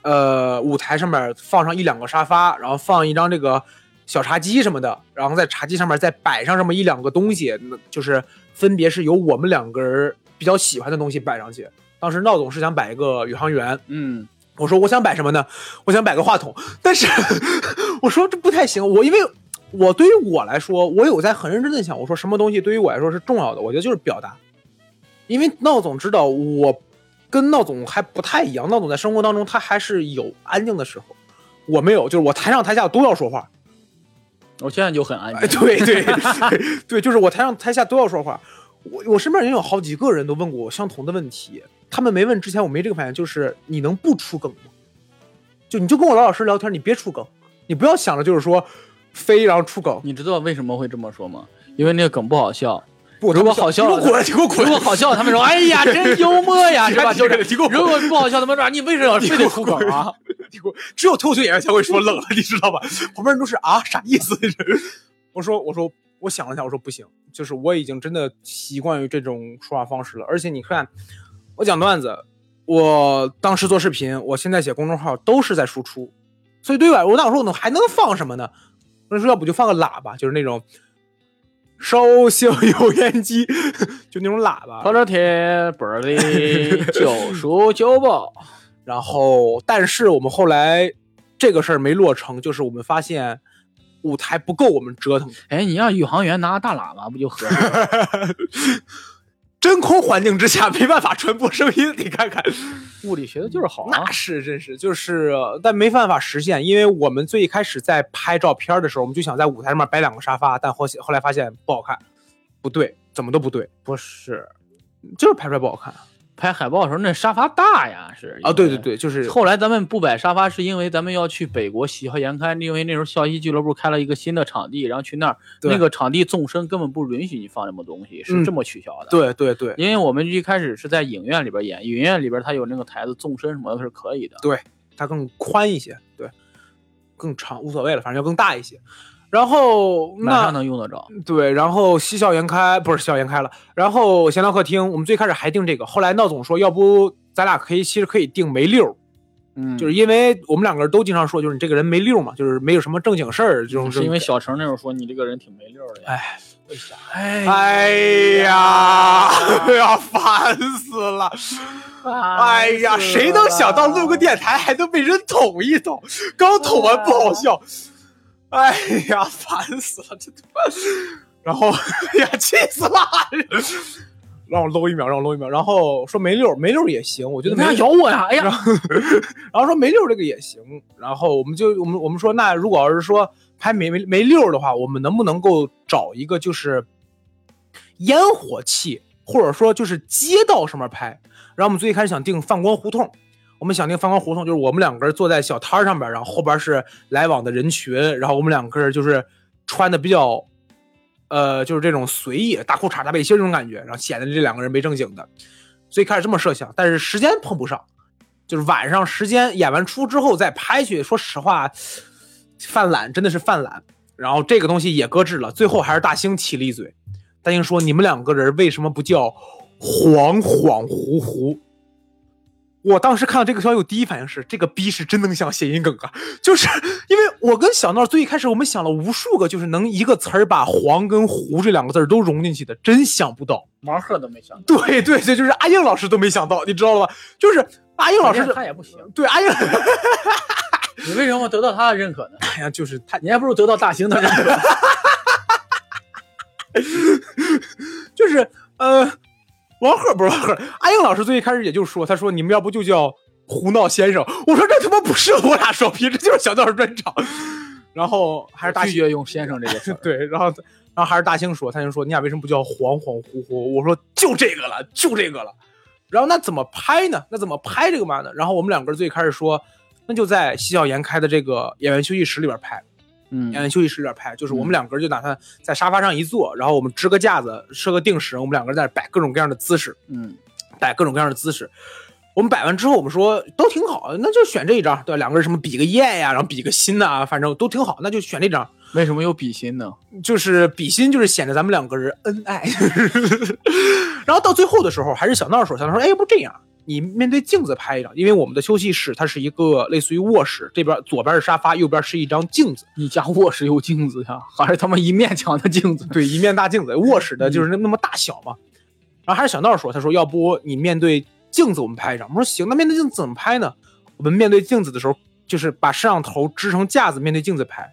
[SPEAKER 2] 呃舞台上面放上一两个沙发，然后放一张这个小茶几什么的，然后在茶几上面再摆上这么一两个东西，那就是分别是由我们两个人比较喜欢的东西摆上去。当时闹总是想摆一个宇航员，
[SPEAKER 1] 嗯，
[SPEAKER 2] 我说我想摆什么呢？我想摆个话筒，但是 我说这不太行，我因为我对于我来说，我有在很认真的想，我说什么东西对于我来说是重要的，我觉得就是表达，因为闹总知道我跟闹总还不太一样，闹总在生活当中他还是有安静的时候，我没有，就是我台上台下都要说话，
[SPEAKER 1] 我现在就很安
[SPEAKER 2] 哎，
[SPEAKER 1] 静。
[SPEAKER 2] 对对对对，就是我台上台下都要说话。我我身边人有好几个人都问过我相同的问题，他们没问之前我没这个反应，就是你能不出梗吗？就你就跟我老老实实聊天，你别出梗，你不要想着就是说非然后出梗，
[SPEAKER 1] 你知道为什么会这么说吗？因为那个梗不 好笑。
[SPEAKER 2] 不，
[SPEAKER 1] 如果
[SPEAKER 2] 他们
[SPEAKER 1] 好笑
[SPEAKER 2] 你给我
[SPEAKER 1] 了
[SPEAKER 2] 滚，你给我
[SPEAKER 1] 如
[SPEAKER 2] 滚，
[SPEAKER 1] 果好笑，他们说：“哎呀，真幽默呀，是吧？”就是
[SPEAKER 2] 你给我
[SPEAKER 1] 如果不好笑，他们说：“啊你为什么非得出梗啊
[SPEAKER 2] 你给我只有脱口秀演员才会说冷了，你知道吧？旁边人都是啊，啥意思？我说，我说，我想了想，我说不行，就是我已经真的习惯于这种说话方式了。而且你看，我讲段子，我当时做视频，我现在写公众号，都是在输出，所以对吧？我那我说我还能放什么呢？那说要不就放个喇叭，就是那种烧香油烟机， 就那种喇？”叭。
[SPEAKER 1] 跑着铁本 里九叔九宝，
[SPEAKER 2] 然后，但是我们后来这个事儿没落成，就是我们发现舞台不够我们折腾的，
[SPEAKER 1] 哎，你让宇航员拿大喇叭不就合适了？
[SPEAKER 2] 真空环境之下没办法传播声音，你看看，
[SPEAKER 1] 啊物理学的就是好啊
[SPEAKER 2] 那！是真是就是，呃但没办法实现，因为我们最开始在拍照片的时候，我们就想在舞台上面摆两个沙发，但后后来发现不好看，不对，怎么都不对，
[SPEAKER 1] 不是
[SPEAKER 2] 就是拍出来不好看
[SPEAKER 1] 拍海报的时候那沙发大呀，是
[SPEAKER 2] 啊！对对。对，就是
[SPEAKER 1] 后来咱们不摆沙发，是因为咱们要去北国喜笑颜开，因为那时候笑嘻俱乐部开了一个新的场地，然后去那儿，
[SPEAKER 2] 对
[SPEAKER 1] 那个场地纵深根本不允许你放什么东西，是
[SPEAKER 2] 嗯
[SPEAKER 1] 这么取消的。，
[SPEAKER 2] 对对对
[SPEAKER 1] 因为我们一开始是在影院里边演，影院里边它有那个台子纵深什么的是可以的。
[SPEAKER 2] 它更宽一些，对，更长无所谓了，反正要更大一些。然后
[SPEAKER 1] 马
[SPEAKER 2] 那
[SPEAKER 1] 上能用得着，
[SPEAKER 2] 对，然后西笑颜开不是西笑颜开了，然后闲聊客厅，我们最开始还定这个，后来闹总说，要不咱俩可以其实可以定没溜儿，
[SPEAKER 1] 嗯，
[SPEAKER 2] 就是因为我们两个人都经常说，就是你这个人没溜儿嘛，就是没有什么正经事儿，这种
[SPEAKER 1] 是因为小程那时候说你这个人挺没溜儿的呀。
[SPEAKER 2] 哎，
[SPEAKER 1] 为啥？哎
[SPEAKER 2] 哎呀， 哎呀，烦死了！哎呀，谁能想到录个电台还能被人捅一捅？刚捅完不好笑，哎呀，烦死了！这他妈，然后 哎呀，气死了！让我搂一秒，让我搂一秒。然后说没溜，没溜也行，我觉
[SPEAKER 1] 你
[SPEAKER 2] 得
[SPEAKER 1] 为
[SPEAKER 2] 没
[SPEAKER 1] 啥
[SPEAKER 2] 溜
[SPEAKER 1] 咬我呀？哎 呀，
[SPEAKER 2] 然后说没溜这个也行，然后我们就我们我们说，那如果要是说拍没没没溜的话，我们能不能够找一个就是烟火气，或者说就是街道上面拍？然后我们最开始想定泛光胡同，我们想定泛光胡同，就是我们两个人坐在小摊儿上边，然后后边是来往的人群，然后我们两个人就是穿的比较。呃，就是这种随意大裤衩、大背心儿这种感觉，然后显得这两个人没正经的，所以开始这么设想，但是时间碰不上，就是晚上时间演完出之后再拍去。说实话，犯懒真的是犯懒。然后这个东西也搁置了，最后还是大兴起了一嘴。大兴说：“你们两个人为什么不叫恍恍惚惚？”我当时看到这个消息，我第一反应是：这个逼是真能想谐音梗啊！就是因为我跟小闹最一开始我们想了无数个，就是能一个词儿把“黄”跟“胡”这两个字儿都融进去的，真想不到。
[SPEAKER 1] 毛鹤都没想到，
[SPEAKER 2] 对对对，就是阿英老师都没想到，你知道了吧？就是阿英老师
[SPEAKER 1] 他也不行。
[SPEAKER 2] 对， 哎呀，
[SPEAKER 1] 你为什么得到他的认可呢？
[SPEAKER 2] 哎呀，就是他，
[SPEAKER 1] 你还不如得到大兴的认可。
[SPEAKER 2] 就是呃，王鹤不是王鹤，阿英老师最一开始也就说，他说你们要不就叫胡闹先生，我说这他妈不是我俩双 拼，这就是小段专场。然后还是大
[SPEAKER 1] 拒
[SPEAKER 2] 兴。
[SPEAKER 1] 绝用“先生”这个词
[SPEAKER 2] 对，然后然后还是大兴说，他就说你俩为什么不叫恍恍惚惚？我说就这个了，就这个了。然后那怎么拍呢？那怎么拍这个嘛呢？然后我们两个人最开始说，那就在西笑颜开的这个演员休息室里边拍。
[SPEAKER 1] 嗯
[SPEAKER 2] 演员休息室里边拍，就是我们两个人就打算在沙发上一坐，然后我们支个架子，设个定时，我们两个人在那摆各种各样的姿势，
[SPEAKER 1] 嗯，
[SPEAKER 2] 摆各种各样的姿势。我们摆完之后，我们说都挺好，那就选这一张，对吧，两个人什么比个耶呀、然后比个心呐、反正都挺好，那就选这张，
[SPEAKER 1] 为什么有比心呢？
[SPEAKER 2] 就是比心，就是显得咱们两个人恩爱。 然后到最后的时候，还是小闹说，小闹说，哎，要不这样，你面对镜子拍一张，因为我们的休息室它是一个类似于卧室，这边左边是沙发，右边是一张镜子。
[SPEAKER 1] 你家卧室有镜子呀，还是他妈一面墙的镜子？
[SPEAKER 2] 对，一面大镜子，卧室的就是那那么大小嘛。然后还是小闹说，他说要不你面对镜子我们拍一张。我说行，那面对镜子怎么拍呢？我们面对镜子的时候，就是把摄像头支成架子面对镜子拍。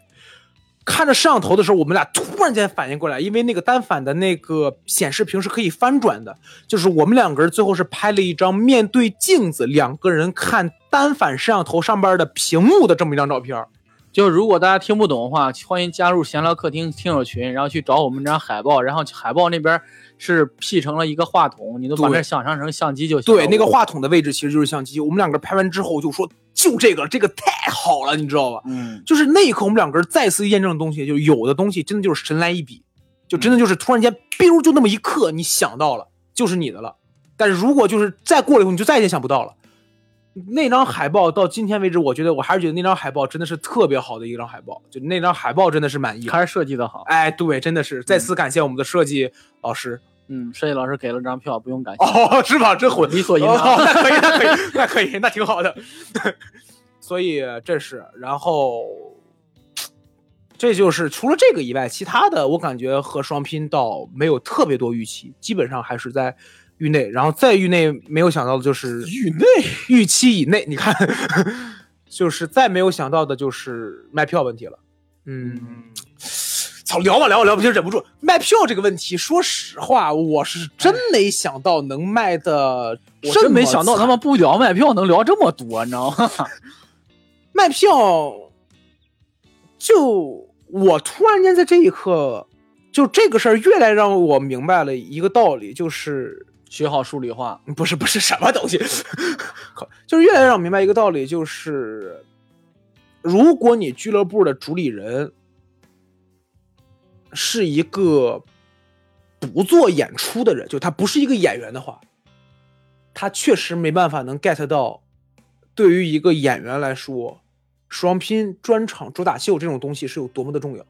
[SPEAKER 2] 看着摄像头的时候，我们俩突然间反应过来，因为那个单反的那个显示屏是可以翻转的，就是我们两个人最后是拍了一张面对镜子，两个人看单反摄像头上边的屏幕的这么一张照片。
[SPEAKER 1] 就如果大家听不懂的话，欢迎加入闲聊客厅听友群，然后去找我们这张海报，然后海报那边是 P 成了一个话筒，你都把
[SPEAKER 2] 对
[SPEAKER 1] 这想象成相机就行了。
[SPEAKER 2] 对，那个话筒的位置其实就是相机。我们两个拍完之后就说，就这个，这个太好了，你知道吧？
[SPEAKER 1] 嗯，
[SPEAKER 2] 就是那一刻，我们两个人再次验证的东西，就是有的东西真的就是神来一笔，就真的就是突然间，biu 就那么一刻，你想到了，就是你的了。但是如果就是再过了以后，你就再也想不到了。那张海报到今天为止，我觉得我还是觉得那张海报真的是特别好的一张海报，就那张海报真的是满意了。
[SPEAKER 1] 还是设计的好。
[SPEAKER 2] 哎，对，真的是再次感谢我们的设计老师。
[SPEAKER 1] 嗯，设计老师给了张票，不用感谢，
[SPEAKER 2] 哦， 是吧？真混
[SPEAKER 1] 理所应
[SPEAKER 2] 哦，
[SPEAKER 1] 当。
[SPEAKER 2] 那可以，那可以，那可以，那挺好的。 所以这是，然后这就是除了这个以外，其他的我感觉和双拼倒没有特别多预期，基本上还是在域内。然后在域内没有想到的就是
[SPEAKER 1] 域内
[SPEAKER 2] 预期以内，你看， 就是再没有想到的就是卖票问题了。嗯。操，聊吧聊吧聊吧，就忍不住卖票这个问题。说实话，我是真没想到能卖的，
[SPEAKER 1] 我真没想到
[SPEAKER 2] 他
[SPEAKER 1] 他
[SPEAKER 2] 们
[SPEAKER 1] 们不聊卖票能聊这么多，你知道吗？
[SPEAKER 2] 卖票。就我突然间在这一刻，就这个事儿越来让我明白了一个道理，就是
[SPEAKER 1] 学好数理化，
[SPEAKER 2] 不是不是什么东西， 靠就是越来越让我明白一个道理，就是如果你俱乐部的主理人是一个不做演出的人，就他不是一个演员的话，他确实没办法能 get 到，对于一个演员来说，双拼、专场、主打秀这种东西是有多么的重要。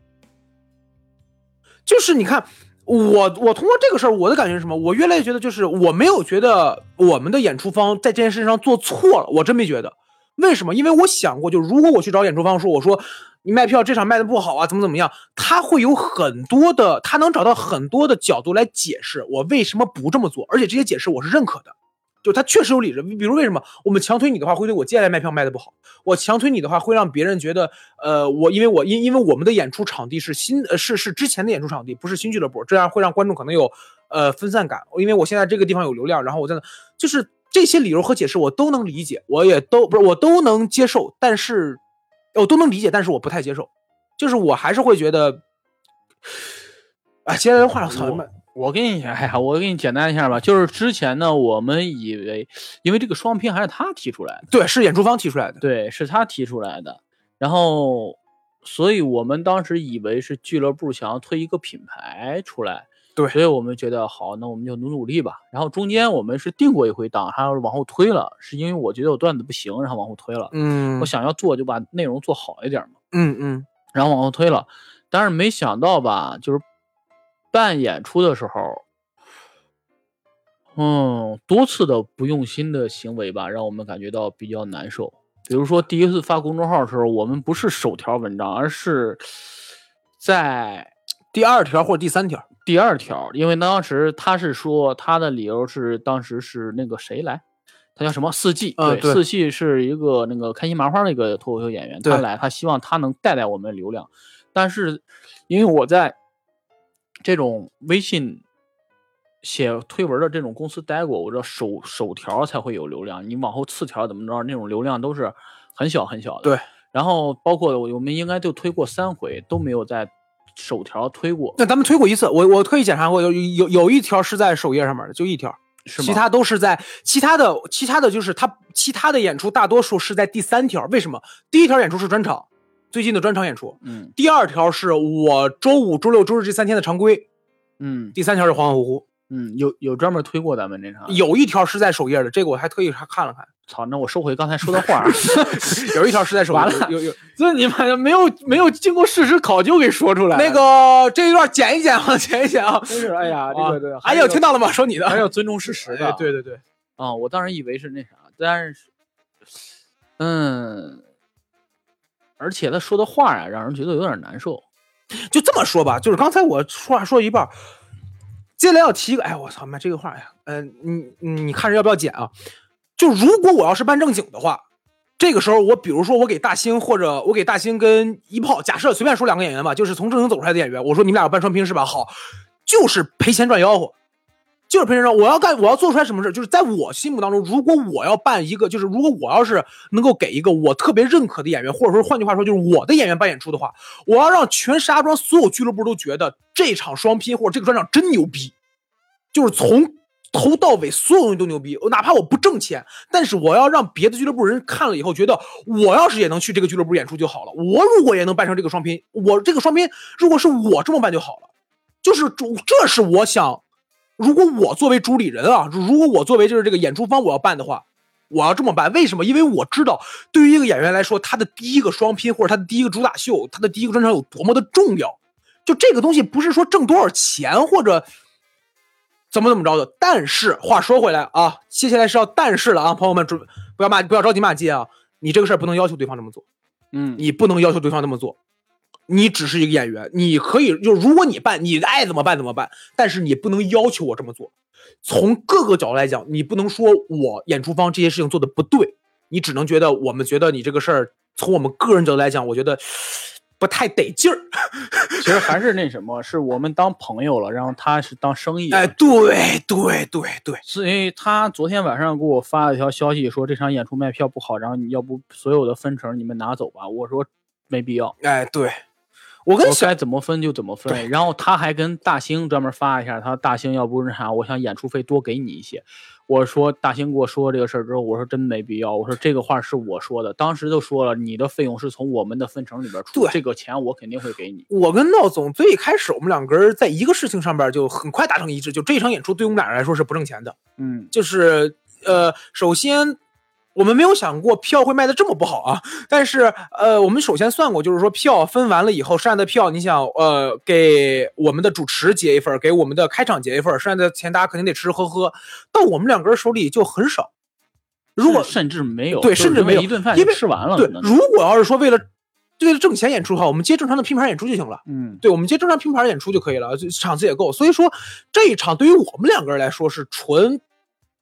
[SPEAKER 2] 就是你看，我我通过这个事儿，我的感觉是什么？我越来越觉得，就是我没有觉得我们的演出方在这件事情上做错了，我真没觉得。为什么？因为我想过，就如果我去找演出方说，我说你卖票这场卖的不好啊，怎么怎么样，他会有很多的，他能找到很多的角度来解释我为什么不这么做，而且这些解释我是认可的。就他确实有理由，比如为什么我们强推你的话，会对我接下来卖票卖的不好；我强推你的话，会让别人觉得，呃，我因为我因因为我们的演出场地是新，呃，是是之前的演出场地，不是新俱乐部，这样会让观众可能有呃分散感。因为我现在这个地方有流量，然后我在那，就是这些理由和解释我都能理解，我也都不是我都能接受，但是我都能理解，但是我不太接受，就是我还是会觉得，啊，接下来的话，我操，
[SPEAKER 1] 我我跟你，哎呀，我给你简单一下吧，就是之前呢，我们以为，因为这个双拼还是他提出来的，
[SPEAKER 2] 对，是演出方提出来的，
[SPEAKER 1] 对，是他提出来的，然后，所以我们当时以为是俱乐部想要推一个品牌出来，
[SPEAKER 2] 对
[SPEAKER 1] 所以我们觉得好，那我们就努努力吧。然后中间我们是定过一回档，还要往后推了，是因为我觉得我段子不行，然后往后推了，
[SPEAKER 2] 嗯
[SPEAKER 1] 我想要做就把内容做好一点嘛。
[SPEAKER 2] 嗯嗯，
[SPEAKER 1] 然后往后推了。但是没想到吧，就是办演出的时候，嗯，多次的不用心的行为吧，让我们感觉到比较难受。比如说第一次发公众号的时候，我们不是首条文章，而是在
[SPEAKER 2] 第二条或者第三条，
[SPEAKER 1] 第二条，因为当时他是说他的理由是当时是那个谁来。他叫什么？四季，
[SPEAKER 2] 嗯对
[SPEAKER 1] 四季是一个那个开心麻花那个脱口秀演员，他
[SPEAKER 2] 对
[SPEAKER 1] 来，他希望他能带带我们流量，但是因为我在这种微信写推文的这种公司待过，我知道首首条才会有流量，你往后次条怎么着，那种流量都是很小很小的。
[SPEAKER 2] 对。
[SPEAKER 1] 然后包括我们应该就推过三回，都没有在首条推过，
[SPEAKER 2] 那咱们推过一次，我我特意检查过，有有有一条是在首页上面的，就一条，
[SPEAKER 1] 是吗？
[SPEAKER 2] 其他都是在其他的其他的就是他其他的演出大多数是在第三条，为什么？第一条演出是专场，最近的专场演出，
[SPEAKER 1] 嗯
[SPEAKER 2] 第二条是我周五、周六、周日这三天的常规，
[SPEAKER 1] 嗯
[SPEAKER 2] 第三条是恍恍惚
[SPEAKER 1] 嗯，有有专门推过咱们这场
[SPEAKER 2] 惚，。有一条是在首页的，这个我还特意还看了 看，
[SPEAKER 1] 操，那我收回刚才说的话 儿。
[SPEAKER 2] 有一条是在首页，
[SPEAKER 1] 完了
[SPEAKER 2] 有 有
[SPEAKER 1] 这你妈的没有没有经过事实考究给说出来
[SPEAKER 2] 那个这一段剪一剪啊，剪一剪啊，
[SPEAKER 1] 真是哎呀，这个这个
[SPEAKER 2] 哎呦，听到了吗？说你的，
[SPEAKER 1] 还有 尊重事实的，
[SPEAKER 2] 哎对对对，
[SPEAKER 1] 啊、我当时以为是那啥，但是，嗯，而且他说的话呀、让人觉得有点难受。
[SPEAKER 2] 就这么说吧，就是刚才我说话说一半儿，接下来要提一个，哎，我操妈，这个呃话呀，嗯、你你你看着要不要剪啊？就如果我要是办正经的话，这个时候，我比如说我给大兴或者我给大兴跟一炮，假设随便说两个演员吧，就是从正经走出来的演员，我说你们俩有半双拼是吧？好，就是赔钱赚吆喝，就是赔钱赚。我要干，我要做出来什么事？就是在我心目当中，如果我要办一个，就是如果我要是能够给一个我特别认可的演员，或者说换句话说，就是我的演员办演出的话，我要让全石家庄所有俱乐部都觉得这场双拼或者这个专场真牛逼，就是从头到尾所有东西都牛逼，我哪怕我不挣钱，但是我要让别的俱乐部人看了以后觉得，我要是也能去这个俱乐部演出就好了。我如果也能办成这个双拼，我这个双拼如果是我这么办就好了。就是这这是我想，如果我作为主理人啊，如果我作为就是这个演出方我要办的话，我要这么办。为什么？因为我知道对于一个演员来说，他的第一个双拼或者他的第一个主打秀，他的第一个专场有多么的重要。就这个东西不是说挣多少钱或者。怎么怎么着的。但是话说回来啊，接下来是要但是了啊，朋友们准不要骂，不要着急骂街啊。你这个事儿不能要求对方这么做，
[SPEAKER 1] 嗯，
[SPEAKER 2] 你不能要求对方这么做。你只是一个演员，你可以就如果你办，你爱怎么办怎么办，但是你不能要求我这么做。从各个角度来讲，你不能说我演出方这些事情做的不对，你只能觉得我们觉得你这个事儿，从我们个人角度来讲，我觉得不太得劲儿。
[SPEAKER 1] 其实还是那什么，是我们当朋友了，然后他是当生意了。
[SPEAKER 2] 哎，对对对对，
[SPEAKER 1] 所以他昨天晚上给我发了一条消息，说这场演出卖票不好，然后你要不所有的分成你们拿走吧。我说没必要，
[SPEAKER 2] 哎对，我
[SPEAKER 1] 我
[SPEAKER 2] 跟小
[SPEAKER 1] 该怎么分就怎么
[SPEAKER 2] 对
[SPEAKER 1] 分。然后他还跟大兴专门发一下，他说大兴要不是啥，我想演出费多给你一些。我说大兴给我说这个事儿之后，我说真没必要，我说这个话是我说的，当时就说了，你的费用是从我们的分成里边出，
[SPEAKER 2] 对
[SPEAKER 1] 这个钱我肯定会给你。
[SPEAKER 2] 我跟闹总最开始我们两个人在一个事情上边就很快达成一致，就这一场演出对我们俩人来说是不挣钱的，
[SPEAKER 1] 嗯，
[SPEAKER 2] 就是呃，首先我们没有想过票会卖的这么不好啊，但是呃，我们首先算过，就是说票分完了以后，剩下的票你想呃给我们的主持结一份儿，给我们的开场结一份儿，剩下的钱大家肯定得吃吃喝喝，到我们两个人手里就很少。如果
[SPEAKER 1] 甚甚至没有，
[SPEAKER 2] 对
[SPEAKER 1] 就是
[SPEAKER 2] 甚至
[SPEAKER 1] 因为
[SPEAKER 2] 没有
[SPEAKER 1] 一顿饭
[SPEAKER 2] 因
[SPEAKER 1] 就
[SPEAKER 2] 为
[SPEAKER 1] 吃完了，
[SPEAKER 2] 对
[SPEAKER 1] 可，能
[SPEAKER 2] 如果要是说为了为了挣钱演出的话，我们接正常的拼盘演出就行了。
[SPEAKER 1] 嗯，
[SPEAKER 2] 对，我们接正常拼盘演出就可以了，就场次也够。所以说这一场对于我们两个人来说是纯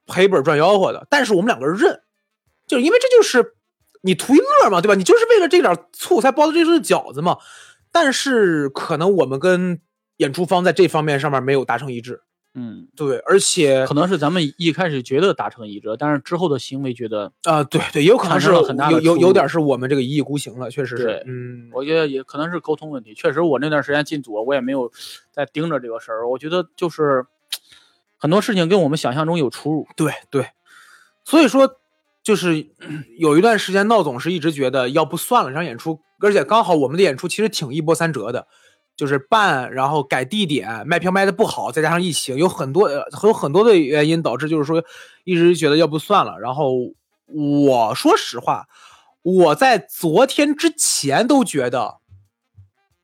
[SPEAKER 2] 赔本赚吆喝的，但是我们两个人认，就是因为这就是你图一乐嘛，对吧？你就是为了这点醋才包的这顿饺子嘛。但是可能我们跟演出方在这方面上面没有达成一致，
[SPEAKER 1] 嗯，
[SPEAKER 2] 对，而且
[SPEAKER 1] 可能是咱们一开始觉得达成一致，但是之后的行为觉得，
[SPEAKER 2] 呃，对对，也有可能
[SPEAKER 1] 产
[SPEAKER 2] 是
[SPEAKER 1] 生了很大的
[SPEAKER 2] 有有
[SPEAKER 1] 出
[SPEAKER 2] 有
[SPEAKER 1] 入
[SPEAKER 2] 点是我们这个一意孤行了，确实是
[SPEAKER 1] 对，
[SPEAKER 2] 嗯，
[SPEAKER 1] 我觉得也可能是沟通问题。确实，我那段时间进组，我也没有在盯着这个事儿。我觉得就是很多事情跟我们想象中有出入。
[SPEAKER 2] 对对，所以说就是嗯有一段时间，闹总是一直觉得要不算了，这场演出，而且刚好我们的演出其实挺一波三折的，就是办，然后改地点，卖票卖的不好，再加上疫情，有很多呃有很多的原因导致，就是说一直觉得要不算了。然后我说实话，我在昨天之前都觉得，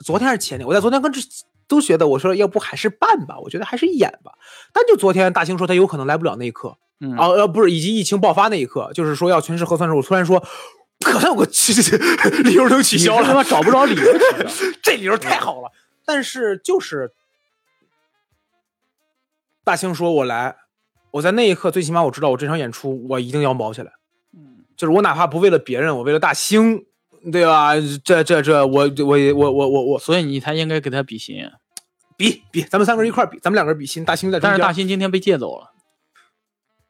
[SPEAKER 2] 昨天还是前天，我在昨天跟之都觉得，我说要不还是办吧，我觉得还是演吧。但就昨天大兴说他有可能来不了那一刻，
[SPEAKER 1] 嗯
[SPEAKER 2] 啊，呃，不是，以及疫情爆发那一刻，就是说要全市核酸的时候，我突然说，可算有个 理由能取消
[SPEAKER 1] 你他妈
[SPEAKER 2] 了，
[SPEAKER 1] 找不着理由取 消。
[SPEAKER 2] 这理由太好了。但是就是大兴说我来，我在那一刻最起码我知道我这场演出我一定要毛起来，
[SPEAKER 1] 嗯
[SPEAKER 2] 就是我哪怕不为了别人，我为了大兴，对吧？这这这，我我也我我我我
[SPEAKER 1] 所以你才应该给他 比心。
[SPEAKER 2] 比比，咱们三个人一块儿比，咱们两个人比心，大兴在中
[SPEAKER 1] 但
[SPEAKER 2] 间，
[SPEAKER 1] 是大兴今天被借走了，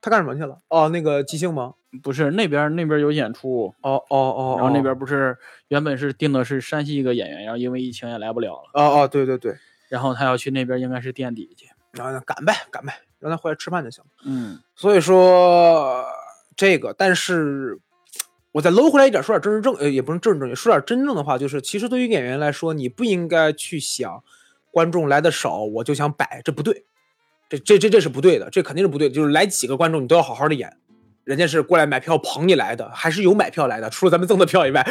[SPEAKER 2] 他干什么去了？哦，那个即兴吗？
[SPEAKER 1] 不是那边那边有演出，
[SPEAKER 2] 哦哦嗯哦，
[SPEAKER 1] 然后
[SPEAKER 2] 哦
[SPEAKER 1] 那边不是原本是定的是山西一个演员，然后因为疫情也来不了了，
[SPEAKER 2] 哦哦，对对对，
[SPEAKER 1] 然后他要去那边应该是垫底去。
[SPEAKER 2] 然后赶呗赶呗，让他回来吃饭就行了。
[SPEAKER 1] 嗯，
[SPEAKER 2] 所以说这个，但是我再搂回来一点，说点真正呃，也不是正正经，说点真正的话，就是其实对于演员来说，你不应该去想观众来的少我就想摆，这不对，这这这这是不对的，这肯定是不对的。就是来几个观众，你都要好好的演。人家是过来买票捧你来的，还是有买票来的？除了咱们赠的票以外，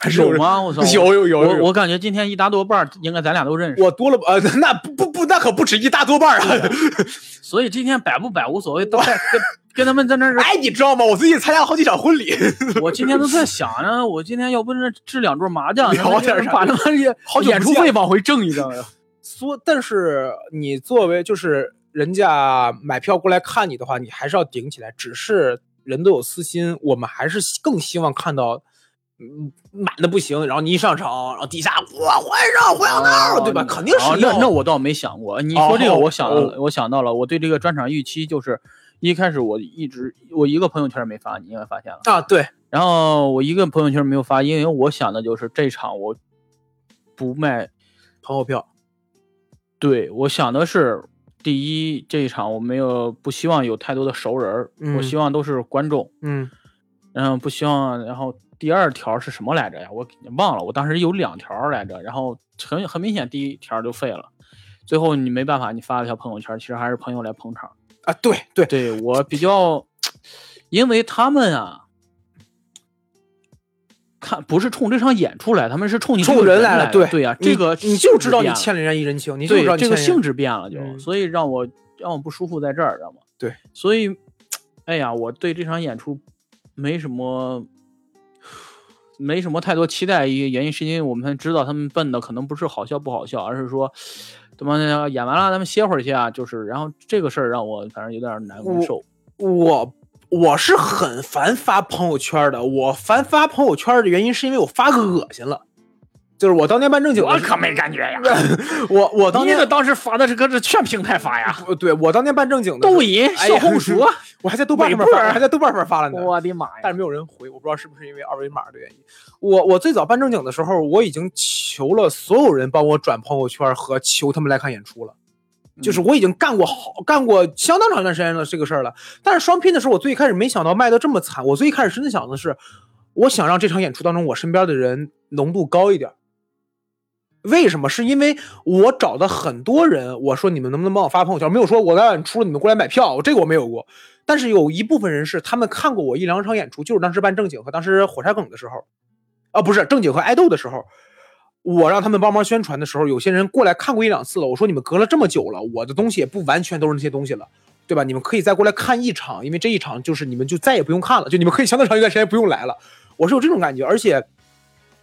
[SPEAKER 2] 还是
[SPEAKER 1] 有
[SPEAKER 2] 人
[SPEAKER 1] 吗？我操！
[SPEAKER 2] 有有有有
[SPEAKER 1] 我我感觉今天一大多半儿应该咱俩都认识，
[SPEAKER 2] 我多了呃，那不不不，那可不止一大多半儿啊！
[SPEAKER 1] 所以今天摆不摆无所谓，都在跟 跟他们在那儿。
[SPEAKER 2] 哎，你知道吗？我最近参加了好几场婚礼，
[SPEAKER 1] 我今天都在想着，我今天要不是治两桌麻将，
[SPEAKER 2] 聊点啥
[SPEAKER 1] 把他们也
[SPEAKER 2] 好久不
[SPEAKER 1] 演出
[SPEAKER 2] 见
[SPEAKER 1] 费往回挣一挣 呀。
[SPEAKER 2] 所但是你作为就是人家买票过来看你的话，你还是要顶起来。只是人都有私心，我们还是更希望看到。嗯，满的不行，然后你一上场，然后底下我换上回到，对吧？肯定是
[SPEAKER 1] 哦
[SPEAKER 2] 要、
[SPEAKER 1] 那那我倒没想过，你说这个
[SPEAKER 2] 哦
[SPEAKER 1] 我想到了，
[SPEAKER 2] 哦
[SPEAKER 1] 我想到了，我对这个专场预期就是，一开始我一直我一个朋友圈没发，你应该发现了，
[SPEAKER 2] 啊，对，
[SPEAKER 1] 然后我一个朋友圈没有发，因为我想的就是这场我不卖，
[SPEAKER 2] 朋友票，
[SPEAKER 1] 对我想的是。第一，这一场我没有不希望有太多的熟人儿，
[SPEAKER 2] 嗯
[SPEAKER 1] 我希望都是观众，
[SPEAKER 2] 嗯
[SPEAKER 1] 然后不希望，然后第二条是什么来着呀？我给忘了，我当时有两条来着，然后很很明显第一条就废了，最后你没办法，你发了条朋友圈，其实还是朋友来捧场。
[SPEAKER 2] 啊，对对，
[SPEAKER 1] 对我比较，因为他们啊，看不是冲这场演出来，他们是冲你这
[SPEAKER 2] 冲
[SPEAKER 1] 个
[SPEAKER 2] 人来
[SPEAKER 1] 来
[SPEAKER 2] 了
[SPEAKER 1] 对
[SPEAKER 2] 对啊
[SPEAKER 1] 呀、
[SPEAKER 2] 你
[SPEAKER 1] 这个
[SPEAKER 2] 你就知道
[SPEAKER 1] 性质变
[SPEAKER 2] 你
[SPEAKER 1] 了
[SPEAKER 2] 欠了人家一人情，你就知道
[SPEAKER 1] 对
[SPEAKER 2] 你
[SPEAKER 1] 这个
[SPEAKER 2] 欠人
[SPEAKER 1] 性质变了就，
[SPEAKER 2] 嗯
[SPEAKER 1] 所以让我让我不舒服在这儿，知道吗？
[SPEAKER 2] 对，
[SPEAKER 1] 所以，哎呀，我对这场演出没什么没什么太多期待，一原因是因为我们知道他们奔的可能不是好笑不好笑，而是说他妈的演完了咱们歇会儿去啊，就是然后这个事儿让我反正有点难
[SPEAKER 2] 我
[SPEAKER 1] 受。
[SPEAKER 2] 我我是很烦发朋友圈的，我烦发朋友圈的原因是因为我发个恶心了，就是我当年办正经的时候，
[SPEAKER 1] 没感觉 呀，
[SPEAKER 2] 我我当年
[SPEAKER 1] 个当时发的是搁这全平台 发呀，
[SPEAKER 2] 呃对我当年办正经的时候，
[SPEAKER 1] 抖音、
[SPEAKER 2] 哎呀
[SPEAKER 1] 小红书，
[SPEAKER 2] 我还在豆瓣上面
[SPEAKER 1] 尾部
[SPEAKER 2] 发，
[SPEAKER 1] 儿
[SPEAKER 2] 我还在豆瓣上面发了呢，
[SPEAKER 1] 我的妈呀！
[SPEAKER 2] 但是没有人回，我不知道是不是因为二维码的原因。我我最早办正经的时候，我已经求了所有人帮我转朋友圈和求他们来看演出了，就是我已经干过好干过相当长一段时间了这个事儿了。但是双拼的时候，我最开始没想到卖的这么惨，我最开始真的想的是，我想让这场演出当中我身边的人浓度高一点儿。为什么？是因为我找的很多人，我说你们能不能帮我发朋友圈？没有说我来演出了，你们过来买票，这个我没有过。但是有一部分人是他们看过我一两场演出，就是当时办正经和当时火柴梗的时候，啊，不是正经和爱豆的时候，我让他们帮忙宣传的时候，有些人过来看过一两次了。我说你们隔了这么久了，我的东西也不完全都是那些东西了。对吧？你们可以再过来看一场，因为这一场就是你们就再也不用看了，就你们可以相当长一段时间不用来了。我是有这种感觉，而且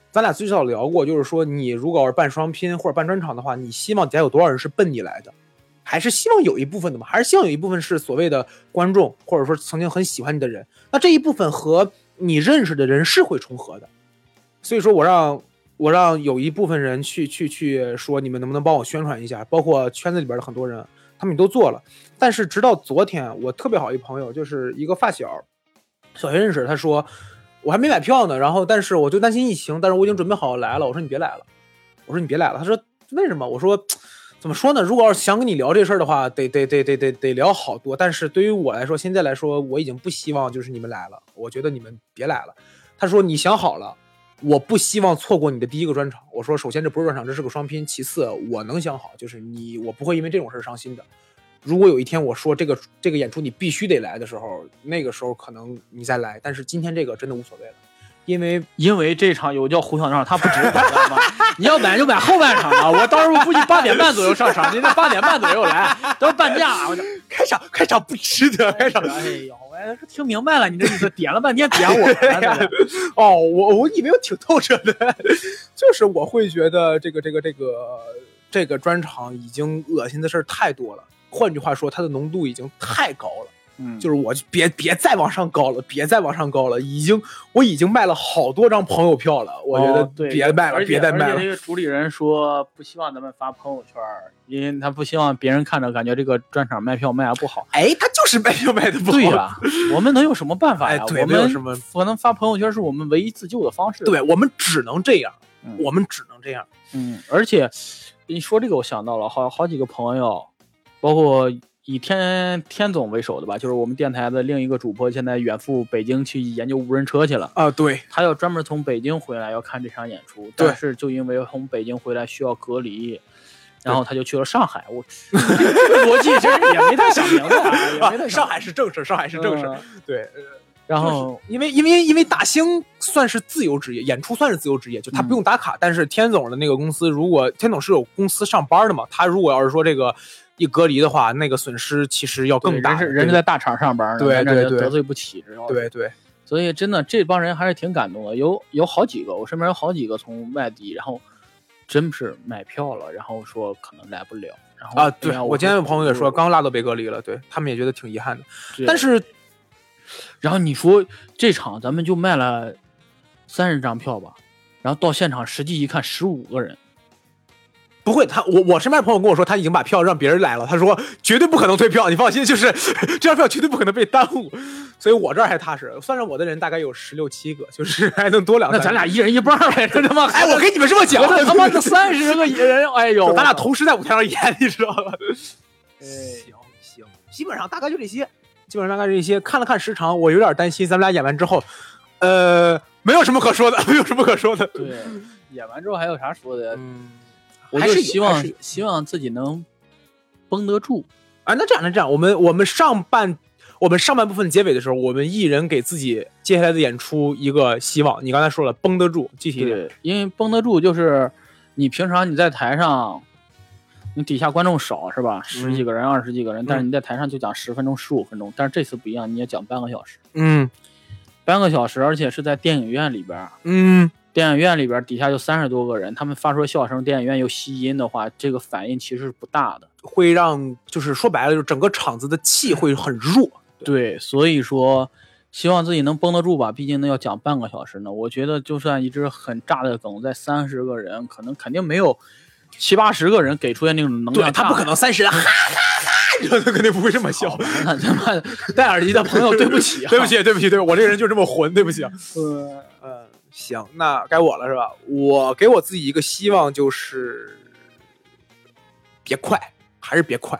[SPEAKER 2] 咱俩最早聊过，就是说你如果要是办双拼或者办专场的话，你希望底下有多少人是奔你来的？还是希望有一部分的嘛，还是希望有一部分是所谓的观众，或者说曾经很喜欢你的人。那这一部分和你认识的人是会重合的，所以说我让我让有一部分人去去去说，你们能不能帮我宣传一下？包括圈子里边的很多人，他们也都做了。但是直到昨天，我特别好一朋友，就是一个发小，小学认识，他说我还没买票呢，然后但是我就担心疫情，但是我已经准备好来了。我说你别来了，我说你别来了。他说为什么？我说怎么说呢？如果要是想跟你聊这事儿的话，得得得得得得聊好多。但是对于我来说，现在来说，我已经不希望就是你们来了，我觉得你们别来了。他说你想好了，我不希望错过你的第一个专场。我说首先这不是专场，这是个双拼。其次我能想好，就是你我不会因为这种事儿伤心的。如果有一天我说这个这个演出你必须得来的时候，那个时候可能你再来。但是今天这个真的无所谓了，因为
[SPEAKER 1] 因为这场有叫胡小闹，他不值得，知道吗？你要买就买后半场了，我到时候估计八点半左右上场，您这八点半左 右来，都是半价。我就
[SPEAKER 2] 开场开场不值得，开场
[SPEAKER 1] 哎呦，我还是听明白了，你这意思点了半天点 我了，
[SPEAKER 2] 哦，我我以为我挺透彻的，就是我会觉得这个这个这个这个专场已经恶心的事儿太多了。换句话说，它的浓度已经太高了，
[SPEAKER 1] 嗯，
[SPEAKER 2] 就是我就别别再往上高了，别再往上高了，已经我已经卖了好多张朋友票了，我觉得
[SPEAKER 1] 哦对
[SPEAKER 2] 别卖了，
[SPEAKER 1] 而且
[SPEAKER 2] 别再卖
[SPEAKER 1] 而
[SPEAKER 2] 了
[SPEAKER 1] 且。那个主理人说不希望咱们发朋友圈，因为他不希望别人看着感觉这个专场卖票卖的不好。
[SPEAKER 2] 哎，他就是卖票卖的 不好，
[SPEAKER 1] 对呀、我们能有什么办法呀？
[SPEAKER 2] 哎对
[SPEAKER 1] 我
[SPEAKER 2] 没有
[SPEAKER 1] 们
[SPEAKER 2] 什么
[SPEAKER 1] 可能发朋友圈是我们唯一自救的方式。
[SPEAKER 2] 对我们只能这样，
[SPEAKER 1] 嗯
[SPEAKER 2] 我们只能这样。
[SPEAKER 1] 嗯，而且你说这个，我想到了好好几个朋友，包括以天天总为首的吧，就是我们电台的另一个主播，现在远赴北京去研究无人车去了。
[SPEAKER 2] 啊、对，
[SPEAKER 1] 他要专门从北京回来要看这场演出，
[SPEAKER 2] 对
[SPEAKER 1] 但是就因为从北京回来需要隔离，然后他就去了 上海。我这个逻辑其实也没太想明白啊，也没太
[SPEAKER 2] 啊 上海是正事，上海是正事。
[SPEAKER 1] 嗯
[SPEAKER 2] 对，
[SPEAKER 1] 然
[SPEAKER 2] 就是
[SPEAKER 1] 后
[SPEAKER 2] 因为因为因为大兴算是自由职业，演出算是自由职业，就他
[SPEAKER 1] 嗯
[SPEAKER 2] 不用打卡。但是天总的那个公司，如果天总是有公司上班的嘛，他如果要是说这个一隔离的话，那个损失其实要
[SPEAKER 1] 对
[SPEAKER 2] 更大。
[SPEAKER 1] 人是人是在嗯大厂上班呢，
[SPEAKER 2] 对
[SPEAKER 1] 咱这
[SPEAKER 2] 对
[SPEAKER 1] 就
[SPEAKER 2] 对
[SPEAKER 1] 得罪不起，知道吗？
[SPEAKER 2] 对对
[SPEAKER 1] 所以真的这帮人还是挺感动的，有有好几个，我身边有好几个从外地，然后真是买票了，然后说可能来不了，然后
[SPEAKER 2] 啊，
[SPEAKER 1] 哎
[SPEAKER 2] 对
[SPEAKER 1] 呀
[SPEAKER 2] 我今天有朋友也说，
[SPEAKER 1] 我
[SPEAKER 2] 刚拉到被隔离了，对他们也觉得挺遗憾的。
[SPEAKER 1] 对
[SPEAKER 2] 但是
[SPEAKER 1] 然后你说这场咱们就卖了三十张票吧，然后到现场实际一看，十五个人，
[SPEAKER 2] 不会，他我我身边的朋友跟我说，他已经把票让别人来了，他说绝对不可能退票，你放心，就是这张票绝对不可能被耽误，所以我这儿还踏实。算上我的人大概有十六七个，就是 还能多两
[SPEAKER 1] 那
[SPEAKER 2] 三个。
[SPEAKER 1] 咱俩一人一半 呗，这他妈还
[SPEAKER 2] 哎，我跟你们这么讲，
[SPEAKER 1] 合着他妈的三十个人，哎呦，
[SPEAKER 2] 就咱俩同时在舞台上演， 你知道吗？
[SPEAKER 1] 哎行
[SPEAKER 2] 行，基本上大概就这些，基本上大概就这些。看了看时长，我有点担心咱们俩演完之后，呃，没有什么可说的， 没有什么可说的。
[SPEAKER 1] 对，演完之后还有啥说的呀？
[SPEAKER 2] 嗯，
[SPEAKER 1] 我
[SPEAKER 2] 还
[SPEAKER 1] 就是
[SPEAKER 2] 有
[SPEAKER 1] 希
[SPEAKER 2] 还
[SPEAKER 1] 望
[SPEAKER 2] 是有
[SPEAKER 1] 希望自己能绷得住。
[SPEAKER 2] 啊，那这样，那这样，我们我们上半我们上半部分结尾的时候，我们一人给自己接下来的演出一个希望。你刚才说了，绷得住，具体一点。
[SPEAKER 1] 对，因为绷得住就是你平常你在台上，你底下观众少是吧？十几个人、二十几个人，但是你在台上就讲十分钟、十五分钟，但是这次不一样，你也讲半个小时，
[SPEAKER 2] 嗯
[SPEAKER 1] 半个小时，而且是在电影院里边儿。
[SPEAKER 2] 嗯，
[SPEAKER 1] 电影院里边儿底下有三十多个人，他们发出笑声，电影院有吸音的话，这个反应其实是不大的。
[SPEAKER 2] 会让就是说白了，就是整个场子的气会很弱。
[SPEAKER 1] 对，所以说希望自己能绷得住吧，毕竟那要讲半个小时呢。我觉得就算一只很炸的梗，在三十个人，可能肯定没有七八十个人给出现那种能
[SPEAKER 2] 对嗯
[SPEAKER 1] 量炸。
[SPEAKER 2] 他不可能三十人哈哈哈，你知道他肯定不会这么笑。
[SPEAKER 1] 那他妈的戴耳机的朋友，对不起、啊，
[SPEAKER 2] 对不。起，对不起，对我这个人就这么混，对不起。 啊
[SPEAKER 1] 呃，
[SPEAKER 2] 嗯，行，那该我了是吧？我给我自己一个希望就是，别快，还是别快，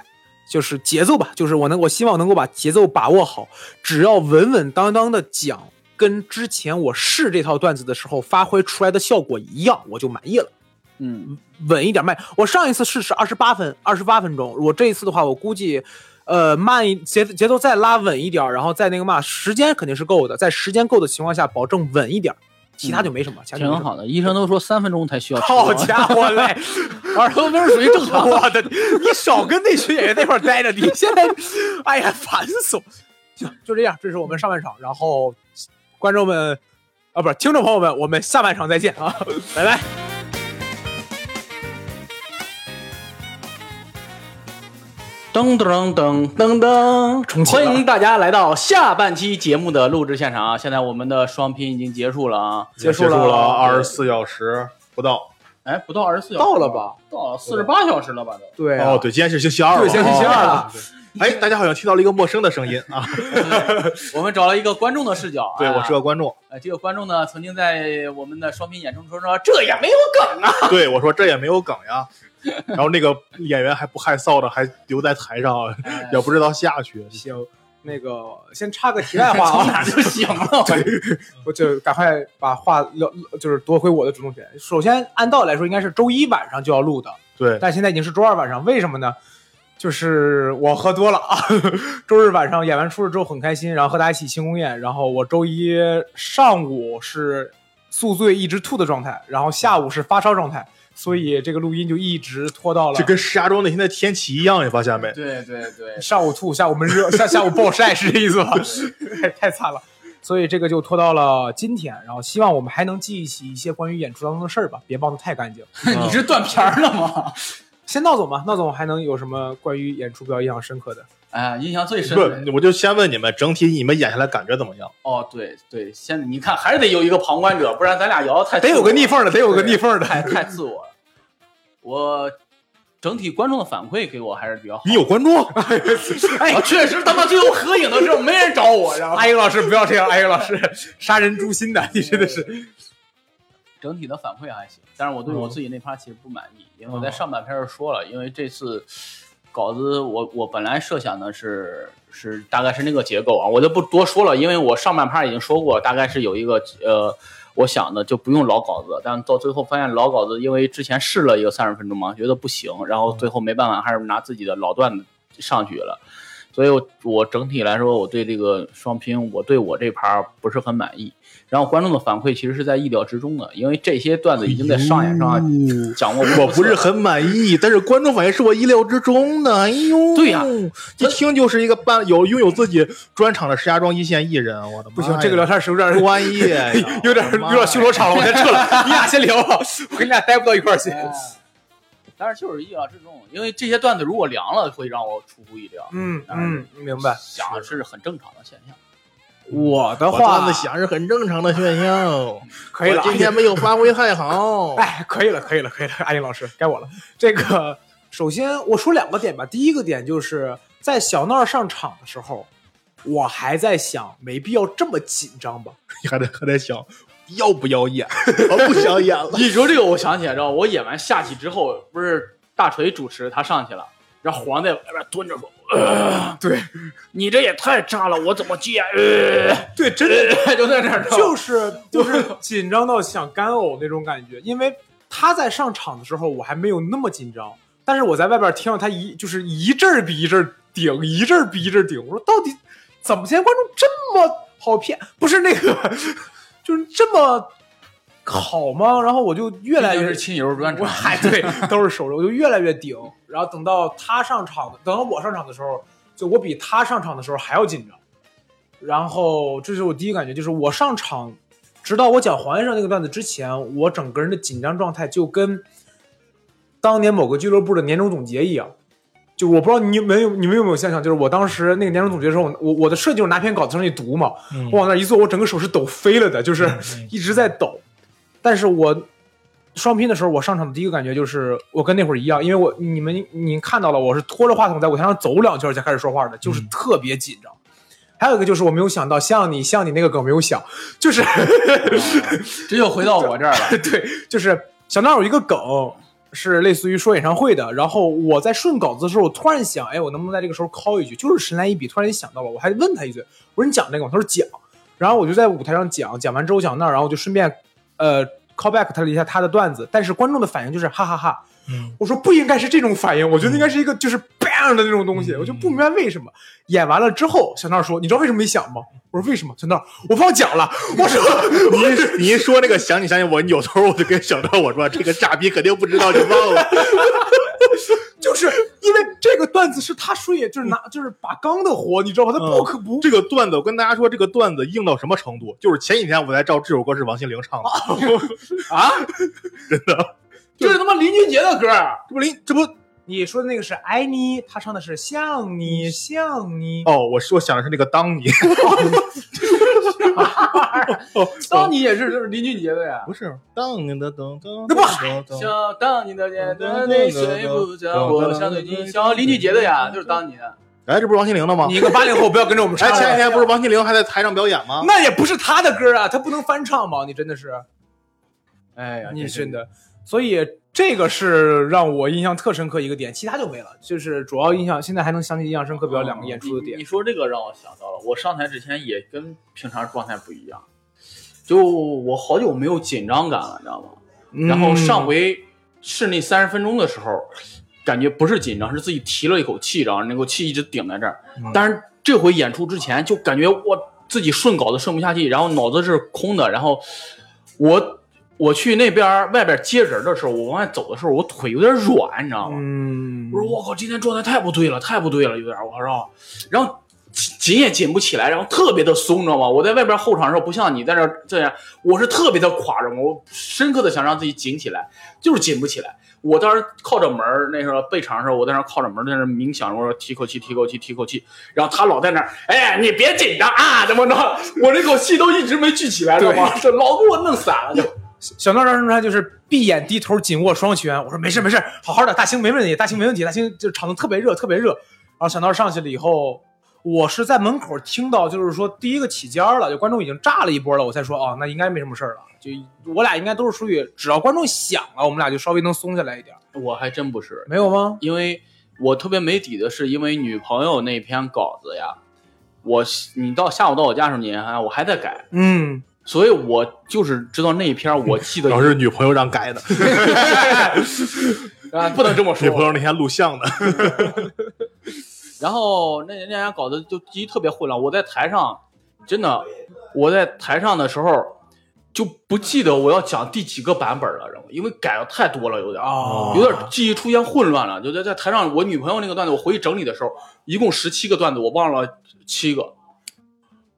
[SPEAKER 2] 就是节奏吧，就是我能，我希望能够把节奏把握好，只要稳稳当当的讲，跟之前我试这套段子的时候发挥出来的效果一样，我就满意了。
[SPEAKER 1] 嗯，
[SPEAKER 2] 稳一点卖。我上一次试是二十八分，二十八分钟。我这一次的话，我估计，呃，慢一节节奏再拉稳一点儿，然后再那个嘛，时间肯定是够的，在时间够的情况下，保证稳一点儿，其他就没什么。其他就没
[SPEAKER 1] 挺
[SPEAKER 2] 什么。
[SPEAKER 1] 好的。医生都说三分钟才需要吃
[SPEAKER 2] 好
[SPEAKER 1] 药。
[SPEAKER 2] 家伙嘞！
[SPEAKER 1] 耳 朵根属于正常。
[SPEAKER 2] 我的，你少跟那群演员在一块儿待着，你现在，哎呀，烦死我！行，就这样，这是我们上半场，然后观众们，啊，不是听众朋友们，我们下半场再见啊，拜拜。
[SPEAKER 1] 噔噔噔噔噔，
[SPEAKER 2] 重启
[SPEAKER 1] 欢
[SPEAKER 2] 了
[SPEAKER 1] 迎大家来到下半期节目的录制现场啊！现在我们的双拼已经结束了啊，
[SPEAKER 2] 结束
[SPEAKER 3] 束了
[SPEAKER 2] 了
[SPEAKER 3] 二十四小时不到。
[SPEAKER 1] 哎，不到二十四小时
[SPEAKER 2] 到了？吧？
[SPEAKER 1] 到了四十八小时了吧都。
[SPEAKER 2] 对啊
[SPEAKER 3] 哦，对，今天是星期二了，
[SPEAKER 2] 对，行，星期二
[SPEAKER 3] 哦。
[SPEAKER 2] 了。
[SPEAKER 3] 哎，大家好像听到了一个陌生的声音啊！
[SPEAKER 1] 我们找了一个观众的视角、
[SPEAKER 3] 对，
[SPEAKER 1] 啊
[SPEAKER 3] 我是个观众。
[SPEAKER 1] 呃，这个观众呢，曾经在我们的双拼演出中说，这也没有梗啊。
[SPEAKER 3] 对，我说这也没有梗呀。然后那个演员还不害臊的，还留在台上，啊
[SPEAKER 2] 哎
[SPEAKER 1] 哎
[SPEAKER 3] 也不知道下去。
[SPEAKER 2] 行，那个先插个题外话
[SPEAKER 1] 从
[SPEAKER 2] 啊，
[SPEAKER 1] 哪就行了。
[SPEAKER 2] 我就赶快把话聊，就是夺回我的主动权。首先，按道理来说应该是周一晚上就要录的，
[SPEAKER 3] 对，
[SPEAKER 2] 但现在已经是周二晚上，为什么呢？就是我喝多了啊， 周日晚上演完出了之后很开心，然后和大家一起庆功宴，然后我周一上午是宿醉一直吐的状态，然后下午是发烧状态，所以这个录音就一直拖到了
[SPEAKER 3] 这跟石家庄那天的天气一样，你发现 没？
[SPEAKER 1] 对对对，
[SPEAKER 2] 上午吐，下午闷热，下下午暴晒是这意思吧？ 太太惨了，所以这个就拖到了今天。然后希望我们还能记起一些关于演出当中的事儿吧，别忘得太干净。
[SPEAKER 1] 你
[SPEAKER 3] 啊
[SPEAKER 1] 是断片儿了吗？
[SPEAKER 2] 先闹总吧，闹总还能有什么关于演出比较印象深刻的？
[SPEAKER 1] 哎呀，印象最深的
[SPEAKER 3] 不，我就先问你们，整体你们演下来感觉怎么样？
[SPEAKER 1] 哦，对对，现在你看还是得有一个旁观者，不然咱俩聊得太
[SPEAKER 2] 得有个逆缝的，得有个逆缝的。
[SPEAKER 1] 太太自我了。我整体观众的反馈给我还是比较好。
[SPEAKER 3] 你有观众？
[SPEAKER 2] 哎
[SPEAKER 1] 啊，确实他妈最后合影的时候没人找我，然后
[SPEAKER 2] 阿英老师不要这样，阿英老师杀人诛心的，你真的是。
[SPEAKER 1] 整体的反馈还行，但是我对我自己那趴其实不满意，因为我在上半篇儿说了，因为这次稿子我我本来设想的是是大概是那个结构啊，我就不多说了，因为我上半趴已经说过，大概是有一个呃，我想的就不用老稿子，但到最后发现老稿子，因为之前试了一个三十分钟嘛，觉得不行，然后最后没办法，还是拿自己的老段子上去了。所以我，我整体来说，我对这个双拼，我对我这盘儿不是很满意。然后观众的反馈其实是在意料之中的，因为这些段子已经在上演上
[SPEAKER 3] 嗯
[SPEAKER 1] 讲过
[SPEAKER 3] 我不是很满意，但是观众反应是我意料之中的。哎呦，
[SPEAKER 1] 对呀
[SPEAKER 3] 一听就是一个办有拥有自己专场的石家庄一线艺人，我的妈呀！
[SPEAKER 2] 不行，这个聊天室有点，
[SPEAKER 3] 专业呀
[SPEAKER 2] 有点
[SPEAKER 3] 我的
[SPEAKER 2] 有
[SPEAKER 3] 妈呀
[SPEAKER 2] 点修罗场了，我先撤 了。你俩先聊吧，我跟你俩待不到一块儿去。
[SPEAKER 1] 哎但是就是意料之中，因为这些段子如果嗯凉了，会让我出乎意料，
[SPEAKER 2] 嗯嗯，明白。
[SPEAKER 1] 想是很正常的现象。
[SPEAKER 2] 我的
[SPEAKER 3] 我段
[SPEAKER 2] 话
[SPEAKER 3] 子想是很正常的现象，
[SPEAKER 2] 可以了。
[SPEAKER 3] 我，今天没有发挥太好
[SPEAKER 2] 哎，可以了，可以了，可以了，阿林老师，该我了。这个，首先我说两个点吧。第一个点就是在小闹上场的时候，我还在想，没必要这么紧张吧？
[SPEAKER 3] 你还得还得想要不要演，我不想 演了。
[SPEAKER 1] 你说这个，我想起来，知道我演完下去之后，不是大锤主持他上去了，然后黄在外边蹲着说：“呃、
[SPEAKER 2] 对，
[SPEAKER 1] 你这也太炸了，我怎么接？”呃，
[SPEAKER 2] 对，真
[SPEAKER 1] 呃 就在那儿，
[SPEAKER 2] 就是是就是紧张到想干呕那种感觉，因为他在上场的时候我还没有那么紧张，但是我在外边听到他一就是一阵儿比一阵儿顶，一阵儿比一阵儿顶，我说到底怎么现在观众这么好骗？不是那个， 就是这么好吗？然后我就越来越
[SPEAKER 1] 是亲友专
[SPEAKER 2] 我
[SPEAKER 1] 场，
[SPEAKER 2] 还对，都是手肘，我就越来越顶。然后等到他上场，等到我上场的时候，就我比他上场的时候还要紧张。然后这是我第一感觉，就是我上场，直到我讲黄先生那个段子之前，我整个人的紧张状态就跟当年某个俱乐部的年终总结一样。就我不知道你们有你们有没有现象，就是我当时那个年终总结的时候，我我的设计就是拿篇稿子上去读嘛，我往那一坐，我整个手是抖飞了的，就是一直在抖。但是我双拼的时候，我上场的第一个感觉就是，我跟那会儿一样，因为我你们你看到了，我是拖着话筒在舞台上走两圈才开始说话的，
[SPEAKER 1] 嗯
[SPEAKER 2] 就是特别紧张。还有一个就是我没有想到，像你像你那个梗没有想，就是
[SPEAKER 1] 哦这又回到我这儿 了。
[SPEAKER 2] 对，就是小闹有一个梗是类似于说演唱会的，然后我在顺稿子的时候，我突然想，哎，我能不能在这个时候敲一句？就是神来一笔，突然间想到了，我还问他一句，我说你讲这个吗？他说讲，然后我就在舞台上讲，讲完之后讲那儿，然后我就顺便呃 call back 他了一下他的段子，但是观众的反应就是哈哈哈
[SPEAKER 3] 嗯
[SPEAKER 2] 我说不应该是这种反应，我觉得应该是一个就是 bang 的那种东西，
[SPEAKER 3] 嗯
[SPEAKER 2] 我就不明白为什么。演完了之后，小闹说：“你知道为什么没想吗？”我说：“为什么？”小闹，我忘讲了。我说：“
[SPEAKER 3] 你一你一说 那个想你想你我，你有时候我就跟小赵我说，这个傻逼肯定不知道你忘了。
[SPEAKER 2] 就是因为这个段子是他说也就是拿就是把刚的活，你知道吗？他不可不、
[SPEAKER 3] 嗯这个段子，我跟大家说，这个段子硬到什么程度？就是前几天我在照这首歌是王心凌唱的，
[SPEAKER 1] 啊，真的，这是他妈林俊杰的歌儿，
[SPEAKER 3] 这不林这不
[SPEAKER 2] 你说的那个是爱你，他唱的是像你像你，
[SPEAKER 3] 嗯哦，我说我想的是那个当你， 哦
[SPEAKER 1] 当
[SPEAKER 3] 你
[SPEAKER 1] 你也是就是林俊杰的呀。
[SPEAKER 3] 不是当你的当当，
[SPEAKER 2] 那不
[SPEAKER 3] 还
[SPEAKER 1] 想当你的脸，但泪水不讲，我想对你想林俊杰的呀，就是当你的。
[SPEAKER 3] 哎，这不是王心凌的吗？
[SPEAKER 2] 你个八零后不要跟着我们唱
[SPEAKER 3] 哎，
[SPEAKER 2] 了。
[SPEAKER 3] 前几天不是王心凌还在台上表演吗？
[SPEAKER 2] 那也不是他的歌啊，他不能翻唱吗？你真的是，
[SPEAKER 1] 哎
[SPEAKER 3] 嗯
[SPEAKER 1] 呀，
[SPEAKER 2] 你真的，所以这个是让我印象特深刻一个点，其他就没了。就是主要印象现在还能想起印象深刻，比较两个演出的
[SPEAKER 1] 你。
[SPEAKER 3] 哦
[SPEAKER 2] 点
[SPEAKER 1] 你说这个让我想到了，我上台之前也跟平常状态不一样，就我好久没有紧张感了，你知道吗？。然
[SPEAKER 2] 嗯
[SPEAKER 1] 后上回是那三十分钟的时候，感觉不是紧张，是自己提了一口气，然后那口气一直顶在这儿。但是这回演出之前，就感觉我自己顺稿子顺不下去，然后脑子是空的，然后我我去那边儿外边接人的时候，我往外走的时候，我腿有点软，你知道吗？
[SPEAKER 2] 嗯，
[SPEAKER 1] 我说我靠，今天状态太不对了，太不对了，有点儿我说，然后紧紧也紧不起来，然后特别的松，你知道吗？我在外边后场的时候，不像你在这儿这样，我是特别的垮着，我深刻的想让自己紧起来，就是紧不起来。我当时靠着门儿那时候背场的时候，我在那儿靠着门儿在那儿冥想，我说提口气，提口气，提口气。然后他老在那儿，哎，你别紧张啊，怎么着？ 我这口气都一直没聚起来，知道吗？这老给我弄散了，就
[SPEAKER 2] 小闹当时他就是闭眼低头紧握双拳，我说没事没事，好好的，大兴没问题，大兴没问题，大兴就场子特别热特别热。然后小闹上去了以后，我是在门口听到就是说第一个起尖儿了，就观众已经炸了一波了，我才说哦那应该没什么事儿了，就我俩应该都是属于只要观众响了，我们俩就稍微能松下来一点儿，
[SPEAKER 1] 我还真不是，
[SPEAKER 2] 没有吗？
[SPEAKER 1] 因为我特别没底的是，因为女朋友那篇稿子呀，我你到下午到我家的时候，你还我还在改，
[SPEAKER 2] 嗯，
[SPEAKER 1] 所以我就是知道那一篇我 记得
[SPEAKER 3] 主要是女朋友让改的，
[SPEAKER 1] 啊，不能这么
[SPEAKER 3] 女朋
[SPEAKER 1] 说。
[SPEAKER 3] 友那天录像的，
[SPEAKER 1] 然后那人家稿子就记忆特别混乱，我在台上真的我在台上的时候就不记得我要讲第几个版本了，然后因为改的太多了，有点。啊
[SPEAKER 2] 哦，
[SPEAKER 1] 有点记忆出现混乱了，就在在台上，我女朋友那个段子，我回去整理的时候，一共十七个段子，我忘了七个，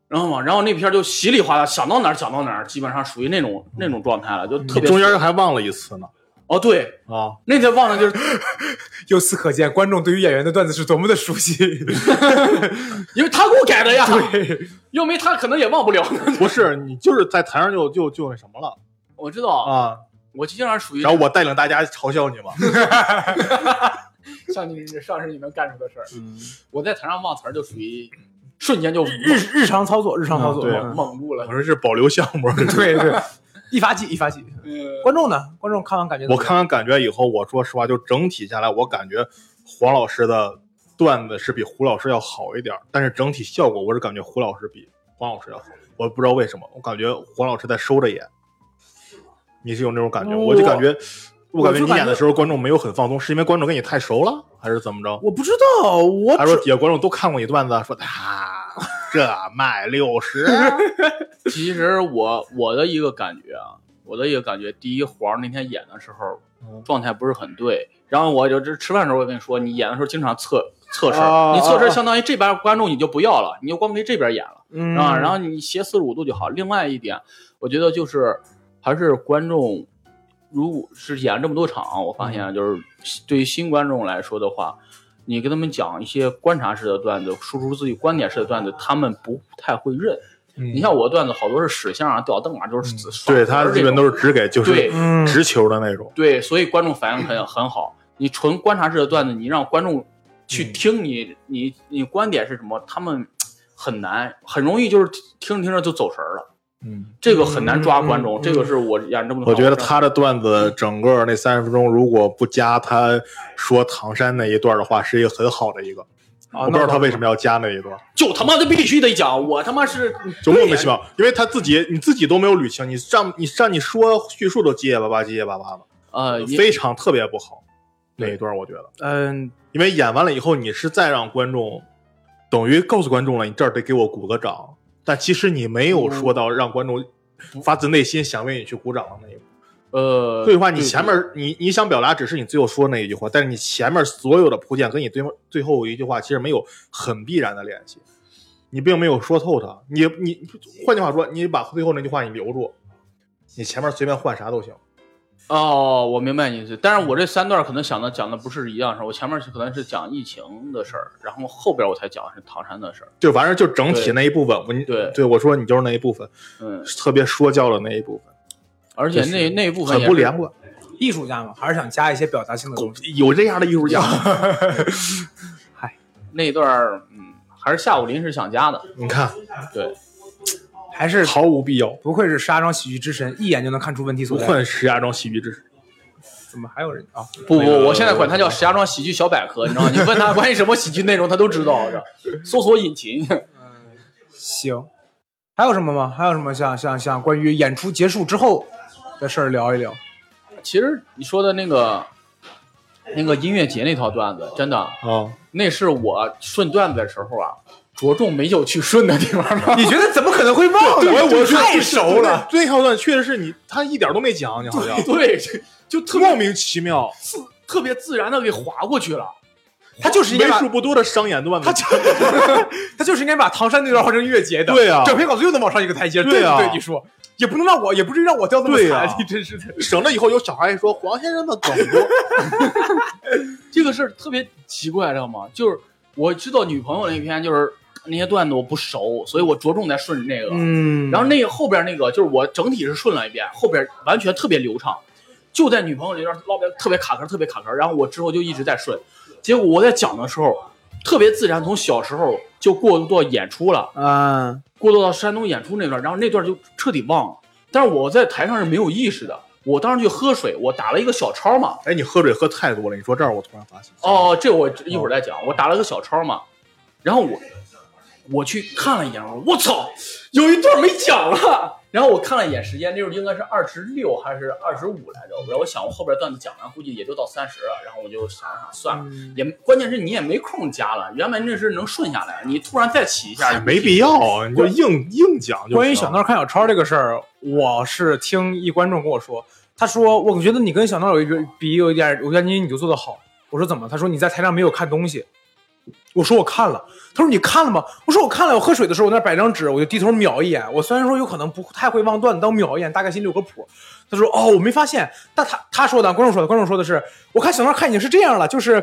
[SPEAKER 1] 然后嘛，然后那篇就稀里哗啦，想到哪儿讲到哪儿，基本上属于那种那种状态了，就特别
[SPEAKER 3] 中间还忘了一次呢。
[SPEAKER 1] 哦，对，
[SPEAKER 3] 啊，
[SPEAKER 1] 那天忘了就是
[SPEAKER 2] 由此可见，观众对于演员的段子是多么的熟悉。
[SPEAKER 1] 因为他给我改的呀，
[SPEAKER 2] 对，
[SPEAKER 1] 要没他可能也忘不了呢。
[SPEAKER 3] 不是你就是在台上就就就那什么了
[SPEAKER 1] 我知道，
[SPEAKER 3] 啊，
[SPEAKER 1] 我经常属于
[SPEAKER 3] 然后我带领大家嘲笑你嘛，
[SPEAKER 1] 像你上次你能干出的事儿，
[SPEAKER 3] 嗯，
[SPEAKER 1] 我在台上忘词儿就属于瞬间就
[SPEAKER 2] 日日常操作，日常操作，
[SPEAKER 3] 嗯 对
[SPEAKER 2] 嗯
[SPEAKER 1] 蒙住了
[SPEAKER 3] 我。说是保留项目。
[SPEAKER 2] 对对， 一发技一发技。
[SPEAKER 1] 呃
[SPEAKER 2] 观众呢？观众看完感觉怎
[SPEAKER 3] 我
[SPEAKER 2] 么样
[SPEAKER 3] 看完感觉以后，我说实话，就整体下来，我感觉黄老师的段子是比胡老师要好一点儿，但是整体效果我是感觉胡老师比黄老师要好，我不知道为什么，我感觉黄老师在收着演。你是有那种
[SPEAKER 1] 哦
[SPEAKER 3] 感觉吗？
[SPEAKER 2] 我
[SPEAKER 3] 我就感觉，我
[SPEAKER 2] 我
[SPEAKER 3] 感
[SPEAKER 2] 就
[SPEAKER 3] 觉你
[SPEAKER 2] 感
[SPEAKER 3] 演的
[SPEAKER 2] 觉
[SPEAKER 3] 时候观众没有很放松，是因为观众跟你太熟了，还是怎么着？
[SPEAKER 2] 我不知道，我
[SPEAKER 3] 还是说
[SPEAKER 2] 只
[SPEAKER 3] 底下观众都看过你段子，说啊，这卖六十，
[SPEAKER 1] 其实我我的一个感觉啊，我的一个感觉，第一黄那天演的时候
[SPEAKER 3] 嗯
[SPEAKER 1] 状态不是很对，然后我就这吃饭的时候我跟你说，你演的时候经常侧侧身，
[SPEAKER 2] 啊
[SPEAKER 1] 你侧
[SPEAKER 2] 啊
[SPEAKER 1] 身
[SPEAKER 2] 啊
[SPEAKER 1] 相当于这边观众你就不要了，你就光给这边演了。
[SPEAKER 2] 嗯
[SPEAKER 1] 啊，然后你斜四十五度就好。另外一点，我觉得就是还是观众，如果是演了这么多场，我发现啊就是对于新观众来说的话，你跟他们讲一些观察式的段子，输出自己观点式的段子，他们不太会认。嗯你像我段子好多是屎相啊、吊凳啊，就是耍
[SPEAKER 3] 嗯对
[SPEAKER 1] 词儿
[SPEAKER 3] 他
[SPEAKER 1] 这
[SPEAKER 3] 基本
[SPEAKER 1] 种
[SPEAKER 3] 都是只给就是
[SPEAKER 1] 对
[SPEAKER 2] 嗯，
[SPEAKER 3] 直球的那种。
[SPEAKER 1] 对，所以观众反应很很好。你纯观察式的段子，你让观众去
[SPEAKER 3] 嗯
[SPEAKER 1] 听你、你你观点是什么，他们很难，很容易就是听着听着就走神儿了。
[SPEAKER 3] 嗯，
[SPEAKER 1] 这个很难抓观众，
[SPEAKER 2] 嗯嗯
[SPEAKER 1] 这个是我演这么多。
[SPEAKER 3] 我觉得他的段子整个那三十分钟，如果不加他说唐山那一段的话，是一个很好的一个。
[SPEAKER 2] 啊
[SPEAKER 3] 我不知道他为
[SPEAKER 2] 么。
[SPEAKER 3] 什么要加那一段，
[SPEAKER 1] 就他妈的必须得讲，我他妈是
[SPEAKER 3] 就莫名其妙，因为他自己你自己都没有捋清，你让你让你说叙述都结结巴巴结结巴巴的，
[SPEAKER 1] 呃，也
[SPEAKER 3] 非常特别不好。那
[SPEAKER 1] 对
[SPEAKER 3] 一段我觉得，
[SPEAKER 2] 嗯，
[SPEAKER 3] 因为演完了以后，你是再让观众等于告诉观众了，你这儿得给我鼓个掌，但其实你没有说到让观众发自内心想为你去鼓掌的那一步。
[SPEAKER 1] 呃，
[SPEAKER 3] 对话，你前面你你想表达只是你最后说那一句话，但是你前面所有的铺垫跟你最后最后一句话其实没有很必然的联系，你并没有说透它。你你换句话说，你把最后那句话你留住，你前面随便换啥都行。
[SPEAKER 1] 哦，我明白你意思，但是我这三段可能想的讲的不是一样事儿，我前面是可能是讲疫情的事儿，然后后边我才讲是唐山的事儿，
[SPEAKER 3] 就反正就整体
[SPEAKER 1] 对
[SPEAKER 3] 那一部分，我你
[SPEAKER 1] 对
[SPEAKER 3] 对我说你就是那一部分，
[SPEAKER 1] 嗯，
[SPEAKER 3] 特别说教的那一部分，
[SPEAKER 1] 而且那那部分
[SPEAKER 3] 很
[SPEAKER 1] 也
[SPEAKER 3] 不
[SPEAKER 1] 是
[SPEAKER 3] 连贯。
[SPEAKER 2] 艺术家嘛，还是想加一些表达性的东西。
[SPEAKER 3] 有这样的艺术家，
[SPEAKER 1] 那段儿，嗯，还是下午临时想加的，
[SPEAKER 3] 你看
[SPEAKER 1] 对，
[SPEAKER 2] 还是
[SPEAKER 3] 毫无必要。
[SPEAKER 2] 不愧是石家庄喜剧之神，一眼就能看出问题所
[SPEAKER 3] 不
[SPEAKER 2] 在。
[SPEAKER 3] 愧是石家庄喜剧之神，
[SPEAKER 2] 怎么还有人啊？
[SPEAKER 1] 不
[SPEAKER 3] 那
[SPEAKER 1] 不，
[SPEAKER 3] 个
[SPEAKER 1] 我现在管它叫石家庄喜剧小百科，你知道吗？你问他关于什么喜剧内容，他都知道的，搜索引擎。
[SPEAKER 2] 行，还有什么吗？还有什么想想想关于演出结束之后的事儿聊一聊？
[SPEAKER 1] 其实你说的那个那个音乐节那套段子，真的，
[SPEAKER 3] 啊！
[SPEAKER 1] 那是我顺段子的时候啊，着重没有去顺的地方。
[SPEAKER 2] 你觉得怎么可能会 忘呢？
[SPEAKER 3] 我
[SPEAKER 2] 太熟了。。
[SPEAKER 3] 对，好段确实是你，他一点都没讲，你好像
[SPEAKER 1] 对，就就特
[SPEAKER 3] 莫
[SPEAKER 1] 别
[SPEAKER 3] 名其妙，
[SPEAKER 1] 自特别自然的给划过去了。
[SPEAKER 2] 他就是应
[SPEAKER 3] 为
[SPEAKER 2] 该把
[SPEAKER 3] 数不多的商演段子。
[SPEAKER 2] 他 就他就是应该把唐山那段换成乐节的。
[SPEAKER 3] 对啊
[SPEAKER 2] 整篇稿子又能往上一个台阶。
[SPEAKER 3] 对啊
[SPEAKER 2] 不对，你说也不能让我，也不至于让我掉这么
[SPEAKER 3] 对
[SPEAKER 2] 惨。
[SPEAKER 3] 啊
[SPEAKER 2] 你真是的。
[SPEAKER 3] 省得以后有小孩说黄先生的梗多，
[SPEAKER 1] 这个事儿特别奇怪，知道吗？就是我知道女朋友那篇就是那些段子我不熟，所以我着重在顺那个。
[SPEAKER 2] 嗯
[SPEAKER 1] 然后那个后边那个就是我整体是顺了一遍，后边完全特别流畅，就在女朋友那边唠边特别卡壳，特别卡壳。然后我之后就一直在顺，结果我在讲的时候特别自然，从小时候就过渡到演出了，
[SPEAKER 2] 啊，
[SPEAKER 1] 过渡到山东演出那段，然后那段就彻底忘了。但是我在台上是没有意识的，我当时去喝水，我打了一个小抄嘛。
[SPEAKER 3] 哎，你喝水喝太多了，你说这儿我突然发现，
[SPEAKER 1] 哦，这
[SPEAKER 3] 嗯
[SPEAKER 1] 我一会儿再讲，我打了个小抄嘛，然后我我去看了一眼，我说我操，有一段没讲了。然后我看了一眼时间，那时候应该是二十六还是二十五来着。然后我想，我后边段子讲完，估计也就到三十了。然后我就想了想，算
[SPEAKER 3] 嗯
[SPEAKER 1] 了，
[SPEAKER 2] 嗯
[SPEAKER 1] 也关键是你也没空加了。原本那是能顺下来，你突然再起一下，
[SPEAKER 3] 哎没必要，你就硬硬讲就行。
[SPEAKER 2] 关于小闹看小抄这个事儿，我是听一观众跟我说，他说我觉得你跟小闹有一个比有一点，我觉得你你就做得好。我说怎么？他说你在台上没有看东西。我说我看了，他说你看了吗？我说我看了。我喝水的时候，我那儿摆张纸，我就低头瞄一眼。我虽然说有可能不太会忘段子，但我瞄一眼大概心里有个谱。他说哦，我没发现。但他他说的，观众说的，观众说的是，我看小闹看你是这样了，就是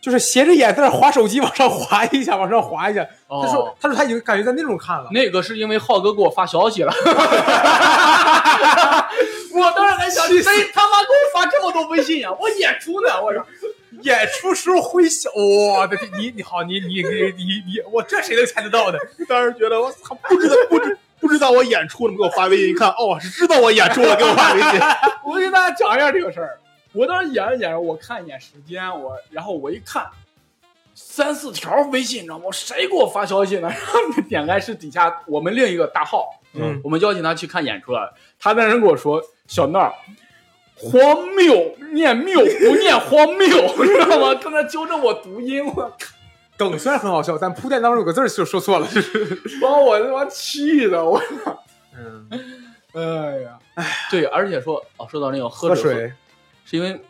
[SPEAKER 2] 就是斜着眼在那儿划手机，往上划一下，往上划一下。
[SPEAKER 1] 哦
[SPEAKER 2] 他说他说他已经感觉在那种看了。
[SPEAKER 1] 那个是因为浩哥给我发消息 了，我当时在想，谁他妈给我发这么多微信呀、啊我演出呢，我说
[SPEAKER 2] 演出时候挥手，我的天，你你好，你你你你你，我这谁能猜得到呢？
[SPEAKER 3] 当时觉得我操，不知道不知不知道我演出了，给我发微信一看，哦，是知道我演出了，给我发微信。
[SPEAKER 1] 我给大家讲一下这个事儿。我当时演着演着，我看一眼时间，我然后我一看，三四条微信，你知道吗？我谁给我发消息呢？ 然后你点开是底下我们另一个大号，
[SPEAKER 2] 嗯
[SPEAKER 1] 我们邀请他去看演出了。他在那跟我说：“小闹，荒谬念谬不念荒谬， 你知道吗？”他在纠正我读音，我
[SPEAKER 2] 梗虽然很好笑，但铺垫当中有个字儿就说错了。
[SPEAKER 1] 把我他妈气的我，
[SPEAKER 2] 嗯，
[SPEAKER 1] 哎呀，对，而且说哦，说到那个喝
[SPEAKER 2] 喝
[SPEAKER 1] 水喝
[SPEAKER 2] 水，
[SPEAKER 1] 是因为，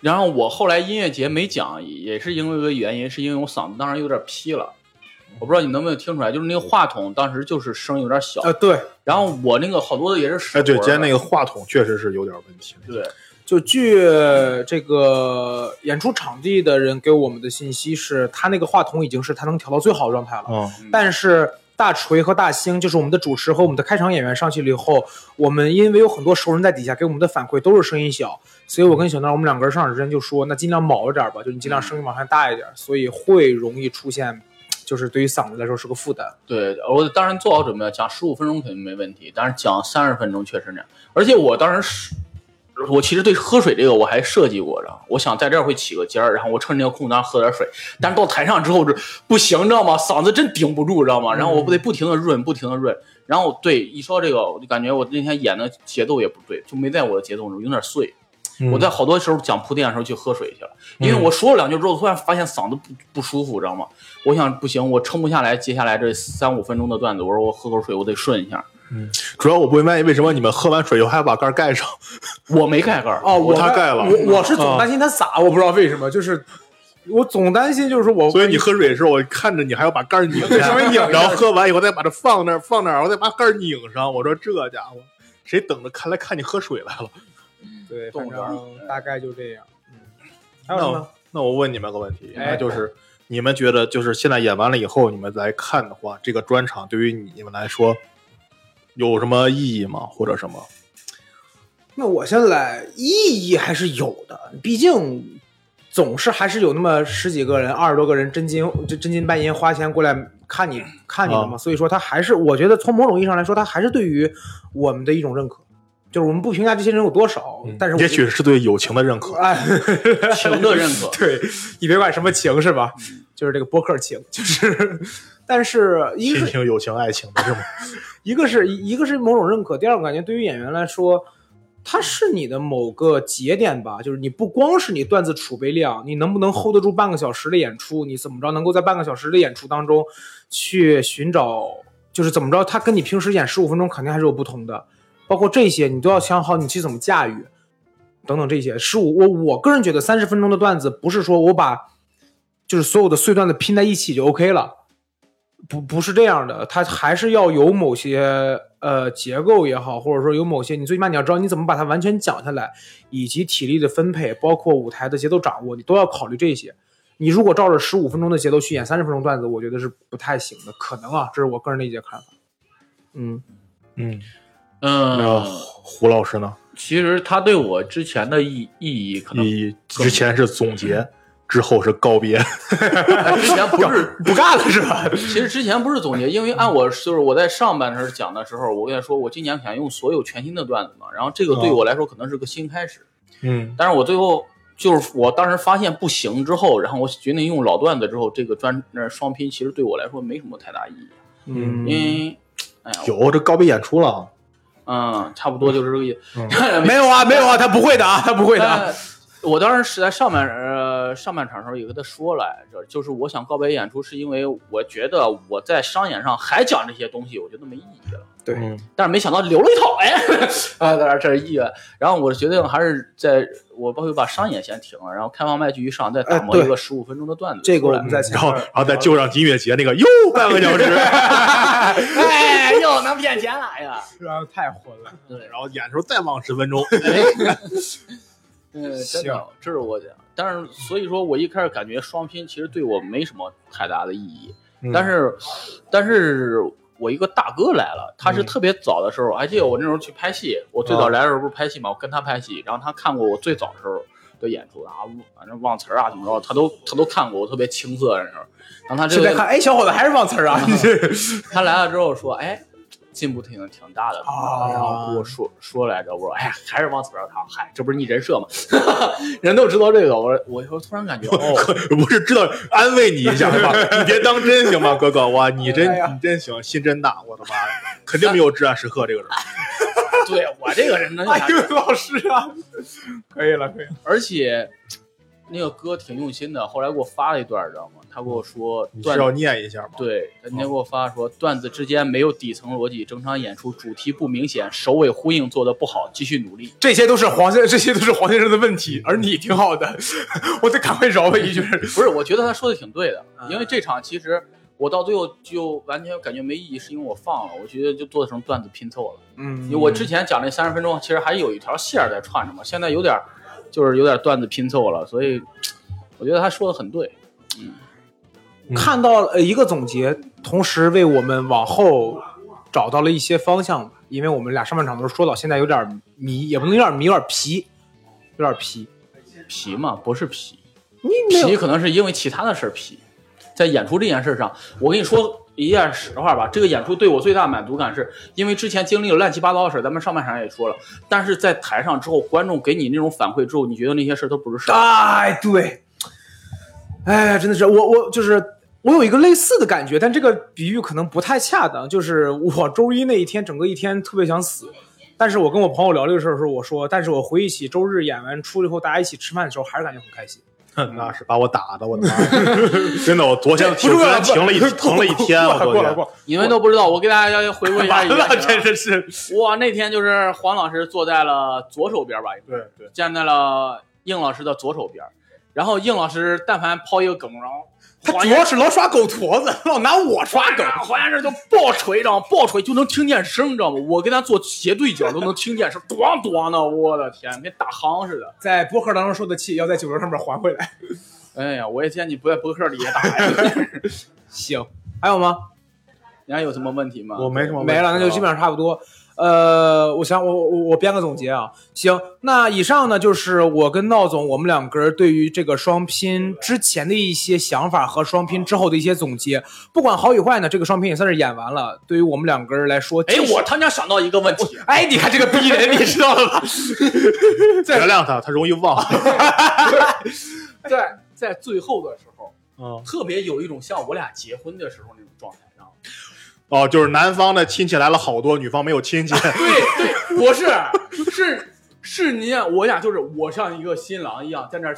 [SPEAKER 1] 然后我后来音乐节没讲，也是因为一个原因，是因为我嗓子当时有点劈了，我不知道你能不能听出来，就是那个话筒当时就是声有点小，
[SPEAKER 2] 呃，对，
[SPEAKER 1] 然后我那个好多的也是屎
[SPEAKER 3] 哎，对，
[SPEAKER 1] 活
[SPEAKER 3] 今
[SPEAKER 1] 儿
[SPEAKER 3] 天那
[SPEAKER 1] 的
[SPEAKER 3] 个话筒确实是有点问题。
[SPEAKER 1] 对，
[SPEAKER 2] 就据这个演出场地的人给我们的信息是，他那个话筒已经是他能调到最好的状态了。
[SPEAKER 3] 嗯，
[SPEAKER 2] 但是大锤和大兴，就是我们的主持和我们的开场演员上去了以后，我们因为有很多熟人在底下给我们的反馈都是声音小，所以我跟小闹我们两个人上手之前就说，那尽量卯着点吧，就你尽量声音往上大一点，所以会容易出现，就是对于嗓子来说是个负担。
[SPEAKER 1] 对，我当然做好准备了，讲十五分钟肯定没问题，但是讲三十分钟确实那样。而且我当时是，我其实对喝水这个我还设计过着，我想在这儿会起个尖儿，然后我趁这个空当喝点水。但是到台上之后，这不行，知道吗？嗓子真顶不住，知道吗？然后我不得不停的润，不停的润。然后对，一说这个，我就感觉我那天演的节奏也不对，就没在我的节奏中，有点碎。我在好多时候讲铺垫的时候去喝水去了，因为我说了两句之后，突然发现嗓子不不舒服，知道吗？我想不行，我撑不下来，接下来这三五分钟的段子，我说我喝口水，我得顺一下。
[SPEAKER 3] 主要我不明白为什么你们喝完水以后还要把盖儿盖上。
[SPEAKER 1] 我没盖盖儿，
[SPEAKER 2] 哦，我
[SPEAKER 3] 他盖了
[SPEAKER 2] 我我是
[SPEAKER 3] 啊
[SPEAKER 2] 总担心他洒，我不知道为什么，就是我总担心就是我，
[SPEAKER 3] 所以你喝水的时候，我看着你还要把盖儿拧
[SPEAKER 2] 稍微
[SPEAKER 3] 上，
[SPEAKER 2] 拧一下
[SPEAKER 3] 然后喝完以后再把它放那儿，放那儿，然后再把盖儿拧上。我说这家伙，谁等着看来看你喝水来了？
[SPEAKER 2] 对，
[SPEAKER 1] 冻
[SPEAKER 2] 反
[SPEAKER 1] 着
[SPEAKER 2] 正大概就这样。嗯，还有什么？
[SPEAKER 3] 那我问你们个问题，
[SPEAKER 2] 哎
[SPEAKER 3] 那就是你们觉得，就是现在演完了以后，你们来看的话，这个专场对于你们来说有什么意义吗？或者什么？
[SPEAKER 2] 那我先来，意义还是有的，毕竟总是还是有那么十几个人、二十多个人真金真真金白银花钱过来看你看你的
[SPEAKER 3] 啊
[SPEAKER 2] 嘛，所以说他还是我觉得从某种意义上来说，他还是对于我们的一种认可，就是我们不评价这些人有多少，但是我
[SPEAKER 3] 嗯也许是对友情的认可。
[SPEAKER 2] 哎，。
[SPEAKER 1] 情的认可
[SPEAKER 2] 对你别管什么情是吧？就是这个播客情，就是， 但是一
[SPEAKER 3] 亲
[SPEAKER 2] 个是
[SPEAKER 3] 情、友情、爱情的是吗？
[SPEAKER 2] 一个是一个是某种认可，第二个感觉对于演员来说，它是你的某个节点吧，就是你不光是你段子储备量，你能不能 hold 得住半个小时的演出，你怎么着能够在半个小时的演出当中去寻找，就是怎么着，它跟你平时演十五分钟肯定还是有不同的，包括这些你都要想好你去怎么驾驭，等等这些十五，我我个人觉得三十分钟的段子不是说我把就是所有的碎段子拼在一起就 OK 了。不不是这样的，它还是要有某些呃结构也好，或者说有某些你最起码你要知道你怎么把它完全讲下来，以及体力的分配，包括舞台的节奏掌握，你都要考虑这些。你如果照着十五分钟的节奏去演三十分钟段子，我觉得是不太行的，可能啊，这是我个人的一些看法。嗯，嗯
[SPEAKER 3] 嗯，那
[SPEAKER 1] 嗯，
[SPEAKER 3] 胡老师呢？
[SPEAKER 1] 其实他对我之前的意意义可能
[SPEAKER 3] 你之前是总结，之后是告别。
[SPEAKER 1] 哎之前不是
[SPEAKER 2] 不干了是吧？
[SPEAKER 1] 其实之前不是总结，因为按我就是我在上半身讲的时候，我跟你说，我今年想用所有全新的段子嘛，然后这个对我来说可能是个新开始，
[SPEAKER 3] 嗯，
[SPEAKER 1] 但是我最后就是我当时发现不行之后，然后我决定用老段子之后，这个专那双拼其实对我来说没什么太大意义，
[SPEAKER 2] 嗯
[SPEAKER 1] 因为哎呀，
[SPEAKER 3] 有这告别演出了。啊
[SPEAKER 1] 嗯，差不多就是这个意思，
[SPEAKER 3] 嗯
[SPEAKER 2] 没有啊，没有啊，他不会的啊，他不会的啊。
[SPEAKER 1] 但我当时是在上面呃个上半场的时候也跟他说来着，就是我想告别演出，是因为我觉得我在商演上还讲这些东西，我觉得没意义了。
[SPEAKER 2] 对
[SPEAKER 3] 嗯
[SPEAKER 1] 但是没想到留了一套，哎， 啊，当然这是意愿。然后我决定还是在我包括把商演先停了，然后开放麦继续上，再打磨
[SPEAKER 2] 哎对
[SPEAKER 1] 一个十五分钟的段子出来。
[SPEAKER 2] 这个我们在前
[SPEAKER 3] 然后
[SPEAKER 2] 面
[SPEAKER 3] 然后再就上音乐节那个又半个 小时，
[SPEAKER 1] 哎，又能骗钱了哎呀！
[SPEAKER 2] 然太混了，
[SPEAKER 1] 对，
[SPEAKER 3] 然后演的时候再忘十分钟，
[SPEAKER 2] 哎行
[SPEAKER 1] 嗯，真的，这是我讲。但是所以说我一开始感觉双拼其实对我没什么太大的意义，
[SPEAKER 2] 嗯
[SPEAKER 1] 但是，但是我一个大哥来了，他是
[SPEAKER 3] 嗯
[SPEAKER 1] 特别早的时候，还记得我那时候去拍戏，我最
[SPEAKER 3] 啊
[SPEAKER 1] 早来的时候不是拍戏嘛，我跟他拍戏，然后他看过我最早时候的演出啊，反正忘词儿啊怎么着，他都他都看过，我特别青涩那时候。然后他
[SPEAKER 2] 现
[SPEAKER 1] 就
[SPEAKER 2] 在看，哎，小伙子还是忘词儿啊，你 这
[SPEAKER 1] 他来了之后说，哎，进步挺挺大的。
[SPEAKER 2] 啊
[SPEAKER 1] 然后跟我说说来着，我说哎呀，还是忘词儿了他，嗨，这不是逆人设吗？ 人都知道这个，我说我就突然感觉哦，
[SPEAKER 3] 不是知道安慰你一下 吗？你别当真行吗，哥哥？哇，你真
[SPEAKER 2] 哎呀
[SPEAKER 3] 你真行，心真大，我的妈呀，肯定没有至暗时刻这个人。
[SPEAKER 1] 对我这个人呢，
[SPEAKER 2] 哎呦， 老师啊，可以了，可以了，
[SPEAKER 1] 而且那个歌挺用心的，后来给我发了一段，知道吗？他给我说
[SPEAKER 3] 你
[SPEAKER 1] 段
[SPEAKER 3] 是要念一下吗？
[SPEAKER 1] 对，他那天给我发说段子之间没有底层逻辑，整场演出主题不明显，首尾呼应做的不好，继续努力。
[SPEAKER 2] 这些都是黄先，这些都是黄先生的问题，而你挺好的， 我得赶快饶他一句。
[SPEAKER 1] 不是，我觉得他说的挺对的，因为这场其实我到最后就完全感觉没意义，是因为我放了，我觉得就做成段子拼凑了。
[SPEAKER 2] 嗯
[SPEAKER 1] 因为我之前讲那三十分钟，其实还有一条线儿在串着嘛，现在有点儿就是有点段子拼凑了，所以我觉得他说的很对。
[SPEAKER 2] 看到了一个总结，同时为我们往后找到了一些方向吧。因为我们俩上半场都说到现在有点迷，也不能有点迷，有点皮，有点皮。
[SPEAKER 1] 皮嘛，不是皮，
[SPEAKER 2] 你
[SPEAKER 1] 皮可能是因为其他的事儿皮，在演出这件事上，我跟你说一件实话吧，这个演出对我最大满足感是因为之前经历了乱七八糟的事儿，咱们上半场也说了，但是在台上之后，观众给你那种反馈之后，你觉得那些事儿都不是事
[SPEAKER 3] 啊
[SPEAKER 1] 儿。
[SPEAKER 2] 哎，对，哎，真的是我我就是我有一个类似的感觉，但这个比喻可能不太恰当。就是我周一那一天，整个一天特别想死。但是我跟我朋友聊这个事儿的时候，我说，但是我回忆起周日演完出了以后，大家一起吃饭的时候，还是感觉很开心。
[SPEAKER 3] 那是把我打的，我的 妈呀！真的，我昨天
[SPEAKER 2] 哎不重要
[SPEAKER 3] 我昨天停了一疼了一天，啊我
[SPEAKER 2] 过了
[SPEAKER 3] 昨
[SPEAKER 2] 过了
[SPEAKER 3] 天
[SPEAKER 2] 过了，
[SPEAKER 1] 你们都不知道，我给大家要回顾一下
[SPEAKER 3] 完
[SPEAKER 1] 以前的
[SPEAKER 3] 了
[SPEAKER 1] 事儿啊。，
[SPEAKER 3] 真是是，
[SPEAKER 1] 哇，那天就是黄老师坐在了左手边吧，
[SPEAKER 3] 对对，
[SPEAKER 1] 站在了应老师的左手边，然后应老师但凡抛一个梗，然后
[SPEAKER 2] 他
[SPEAKER 1] 黄
[SPEAKER 2] 主
[SPEAKER 1] 爷
[SPEAKER 2] 要是老耍狗驼子， 老拿我耍狗。
[SPEAKER 1] 黄先生就暴锤，你知道吗？暴锤就能听见声，你知道吗？我跟他做斜对角都能听见声，咣咣的，我的天，跟打夯似的。
[SPEAKER 2] 在博客当中受的气，要在酒桌上面还回来。
[SPEAKER 1] 哎呀，我也建议你不在博客里也打呀。
[SPEAKER 2] 行，还有吗？
[SPEAKER 1] 你还有什么问题吗？
[SPEAKER 3] 我没什么问题
[SPEAKER 2] 没了，那就基本上差不多。呃，我想我我我编个总结啊。行，那以上呢就是我跟闹总我们两个人对于这个双拼之前的一些想法和双拼之后的一些总结。不管好与坏呢，这个双拼也算是演完了。对于我们两个人来说，
[SPEAKER 1] 哎
[SPEAKER 2] 这，是
[SPEAKER 1] 我他娘想到一个问题，
[SPEAKER 2] 哎，你看这个逼人，你知道了吧？
[SPEAKER 3] 原谅他，他容易忘。
[SPEAKER 1] 在在最后的时候，
[SPEAKER 3] 嗯，
[SPEAKER 1] 特别有一种像我俩结婚的时候那种状态，你知道吗？
[SPEAKER 3] 哦，就是男方的亲戚来了好多，女方没有亲戚。
[SPEAKER 1] 对对， 不是，是是你俩，我俩就是我像一个新郎一样在那儿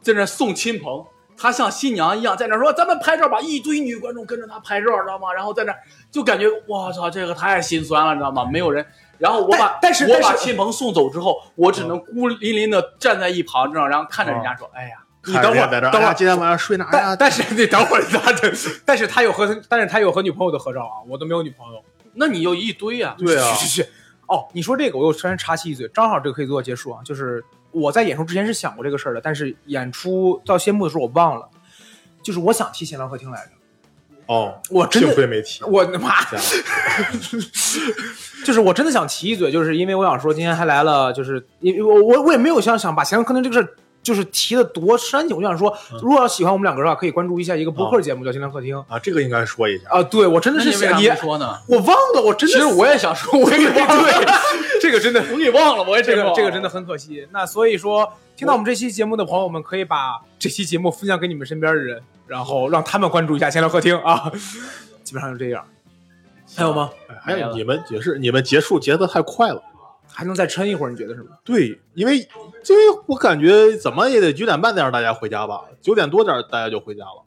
[SPEAKER 1] 在那儿送亲朋，他像新娘一样在那儿说咱们拍照吧，一堆女观众跟着他拍照，知道吗？然后在那儿就感觉我操，这个太心酸了，知道吗？没有人。然后我把
[SPEAKER 2] 但但是
[SPEAKER 1] 我
[SPEAKER 2] 但是
[SPEAKER 1] 把亲朋送走之后，我只能孤零零的站在一旁，知道吗，然后看着人家
[SPEAKER 2] 哦
[SPEAKER 1] 说：“哎呀，
[SPEAKER 3] 你等会儿，等会儿，今天晚上睡哪
[SPEAKER 2] 但
[SPEAKER 3] 呀？
[SPEAKER 2] 但是你等会儿，他这，但是他有和但是他有和女朋友的合照啊，我都没有女朋友。
[SPEAKER 1] 那你有一堆啊。”
[SPEAKER 3] 对啊
[SPEAKER 2] 去去去。哦，你说这个，我又突然插戏一嘴，正好这个可以做结束啊。就是我在演出之前是想过这个事儿的，但是演出到谢幕的时候我忘了。就是我想提新郎客厅来着，
[SPEAKER 3] 哦，
[SPEAKER 2] 我真
[SPEAKER 3] 幸
[SPEAKER 2] 的，
[SPEAKER 3] 亏没提。
[SPEAKER 2] 我他妈， 就是我真的想提一嘴，就是因为我想说，今天还来了，就是因为我我我也没有想想把新郎客厅这个事儿。就是提的多煽情，我就想说，
[SPEAKER 1] 嗯
[SPEAKER 2] 如果要喜欢我们两个的话，可以关注一下一个播客节目叫《新郎客厅》
[SPEAKER 3] 啊，这个应该说一下。
[SPEAKER 2] 啊。对，我真的是
[SPEAKER 1] 那你为啥
[SPEAKER 2] 想你
[SPEAKER 1] 没，说呢？
[SPEAKER 2] 我忘了，我真
[SPEAKER 1] 其
[SPEAKER 2] 的是
[SPEAKER 1] 实我也想说，我给 忘了，
[SPEAKER 2] 对这个真的
[SPEAKER 1] 我给忘了，我也
[SPEAKER 2] 这个这个
[SPEAKER 1] 的。
[SPEAKER 2] 真的很可惜。那所以说，听到我们这期节目的朋友们，可以把这期节目分享给你们身边的人，然后让他们关注一下闲聊客厅啊。基本上就这样，还有吗？
[SPEAKER 3] 哎，你们也是，你们结束结得太快了。
[SPEAKER 2] 还能再撑一会儿，你觉得是吗？
[SPEAKER 3] 对，因为因为我感觉怎么也得九点半再让大家回家吧，九点多点儿大家就回家了。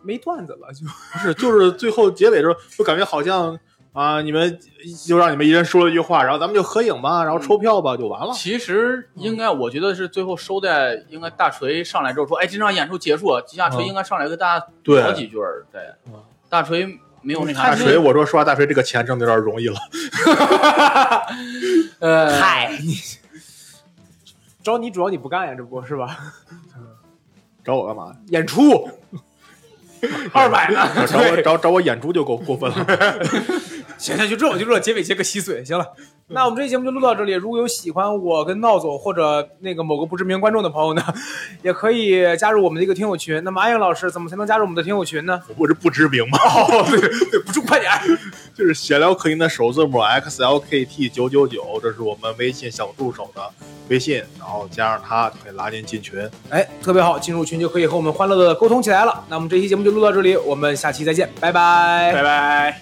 [SPEAKER 2] 没段子了就。
[SPEAKER 3] 不是，就是最后结尾的时候，就感觉好像啊，你们就让你们一人说了一句话，然后咱们就合影吧，然后抽票吧，就完了。
[SPEAKER 1] 其实应该，我觉得是最后收在应该大锤上来之后说，哎，这场演出结束，了，金大锤
[SPEAKER 3] 嗯
[SPEAKER 1] 应该上来跟大家
[SPEAKER 3] 对
[SPEAKER 1] 聊几句儿。对
[SPEAKER 3] 嗯，
[SPEAKER 1] 大锤没有那啥
[SPEAKER 3] 大锤，我说实话，大锤这个钱挣的有点容易了。
[SPEAKER 1] 呃，
[SPEAKER 2] 嗨，你找你主要你不干呀，这不是吧？
[SPEAKER 3] 找我干嘛呀？
[SPEAKER 2] 演出二百呢，
[SPEAKER 3] 找我找找我演出就够过分 了。
[SPEAKER 2] 行行，就这我就这，结尾结个稀碎，行了。那我们这期节目就录到这里。如果有喜欢我跟闹总或者那个某个不知名观众的朋友呢，也可以加入我们的一个听友群。那么阿英老师怎么才能加入我们的听友群呢？
[SPEAKER 3] 我这不知名吗？
[SPEAKER 2] 对对，不住，快点儿。
[SPEAKER 3] 就是闲聊客音的首字母 X L K T 九九九，这是我们微信小助手的微信，然后加上他就可以拉您进群。
[SPEAKER 2] 哎，特别好，进入群就可以和我们欢乐的沟通起来了。那我们这期节目就录到这里，我们下期再见，拜拜
[SPEAKER 3] 拜拜。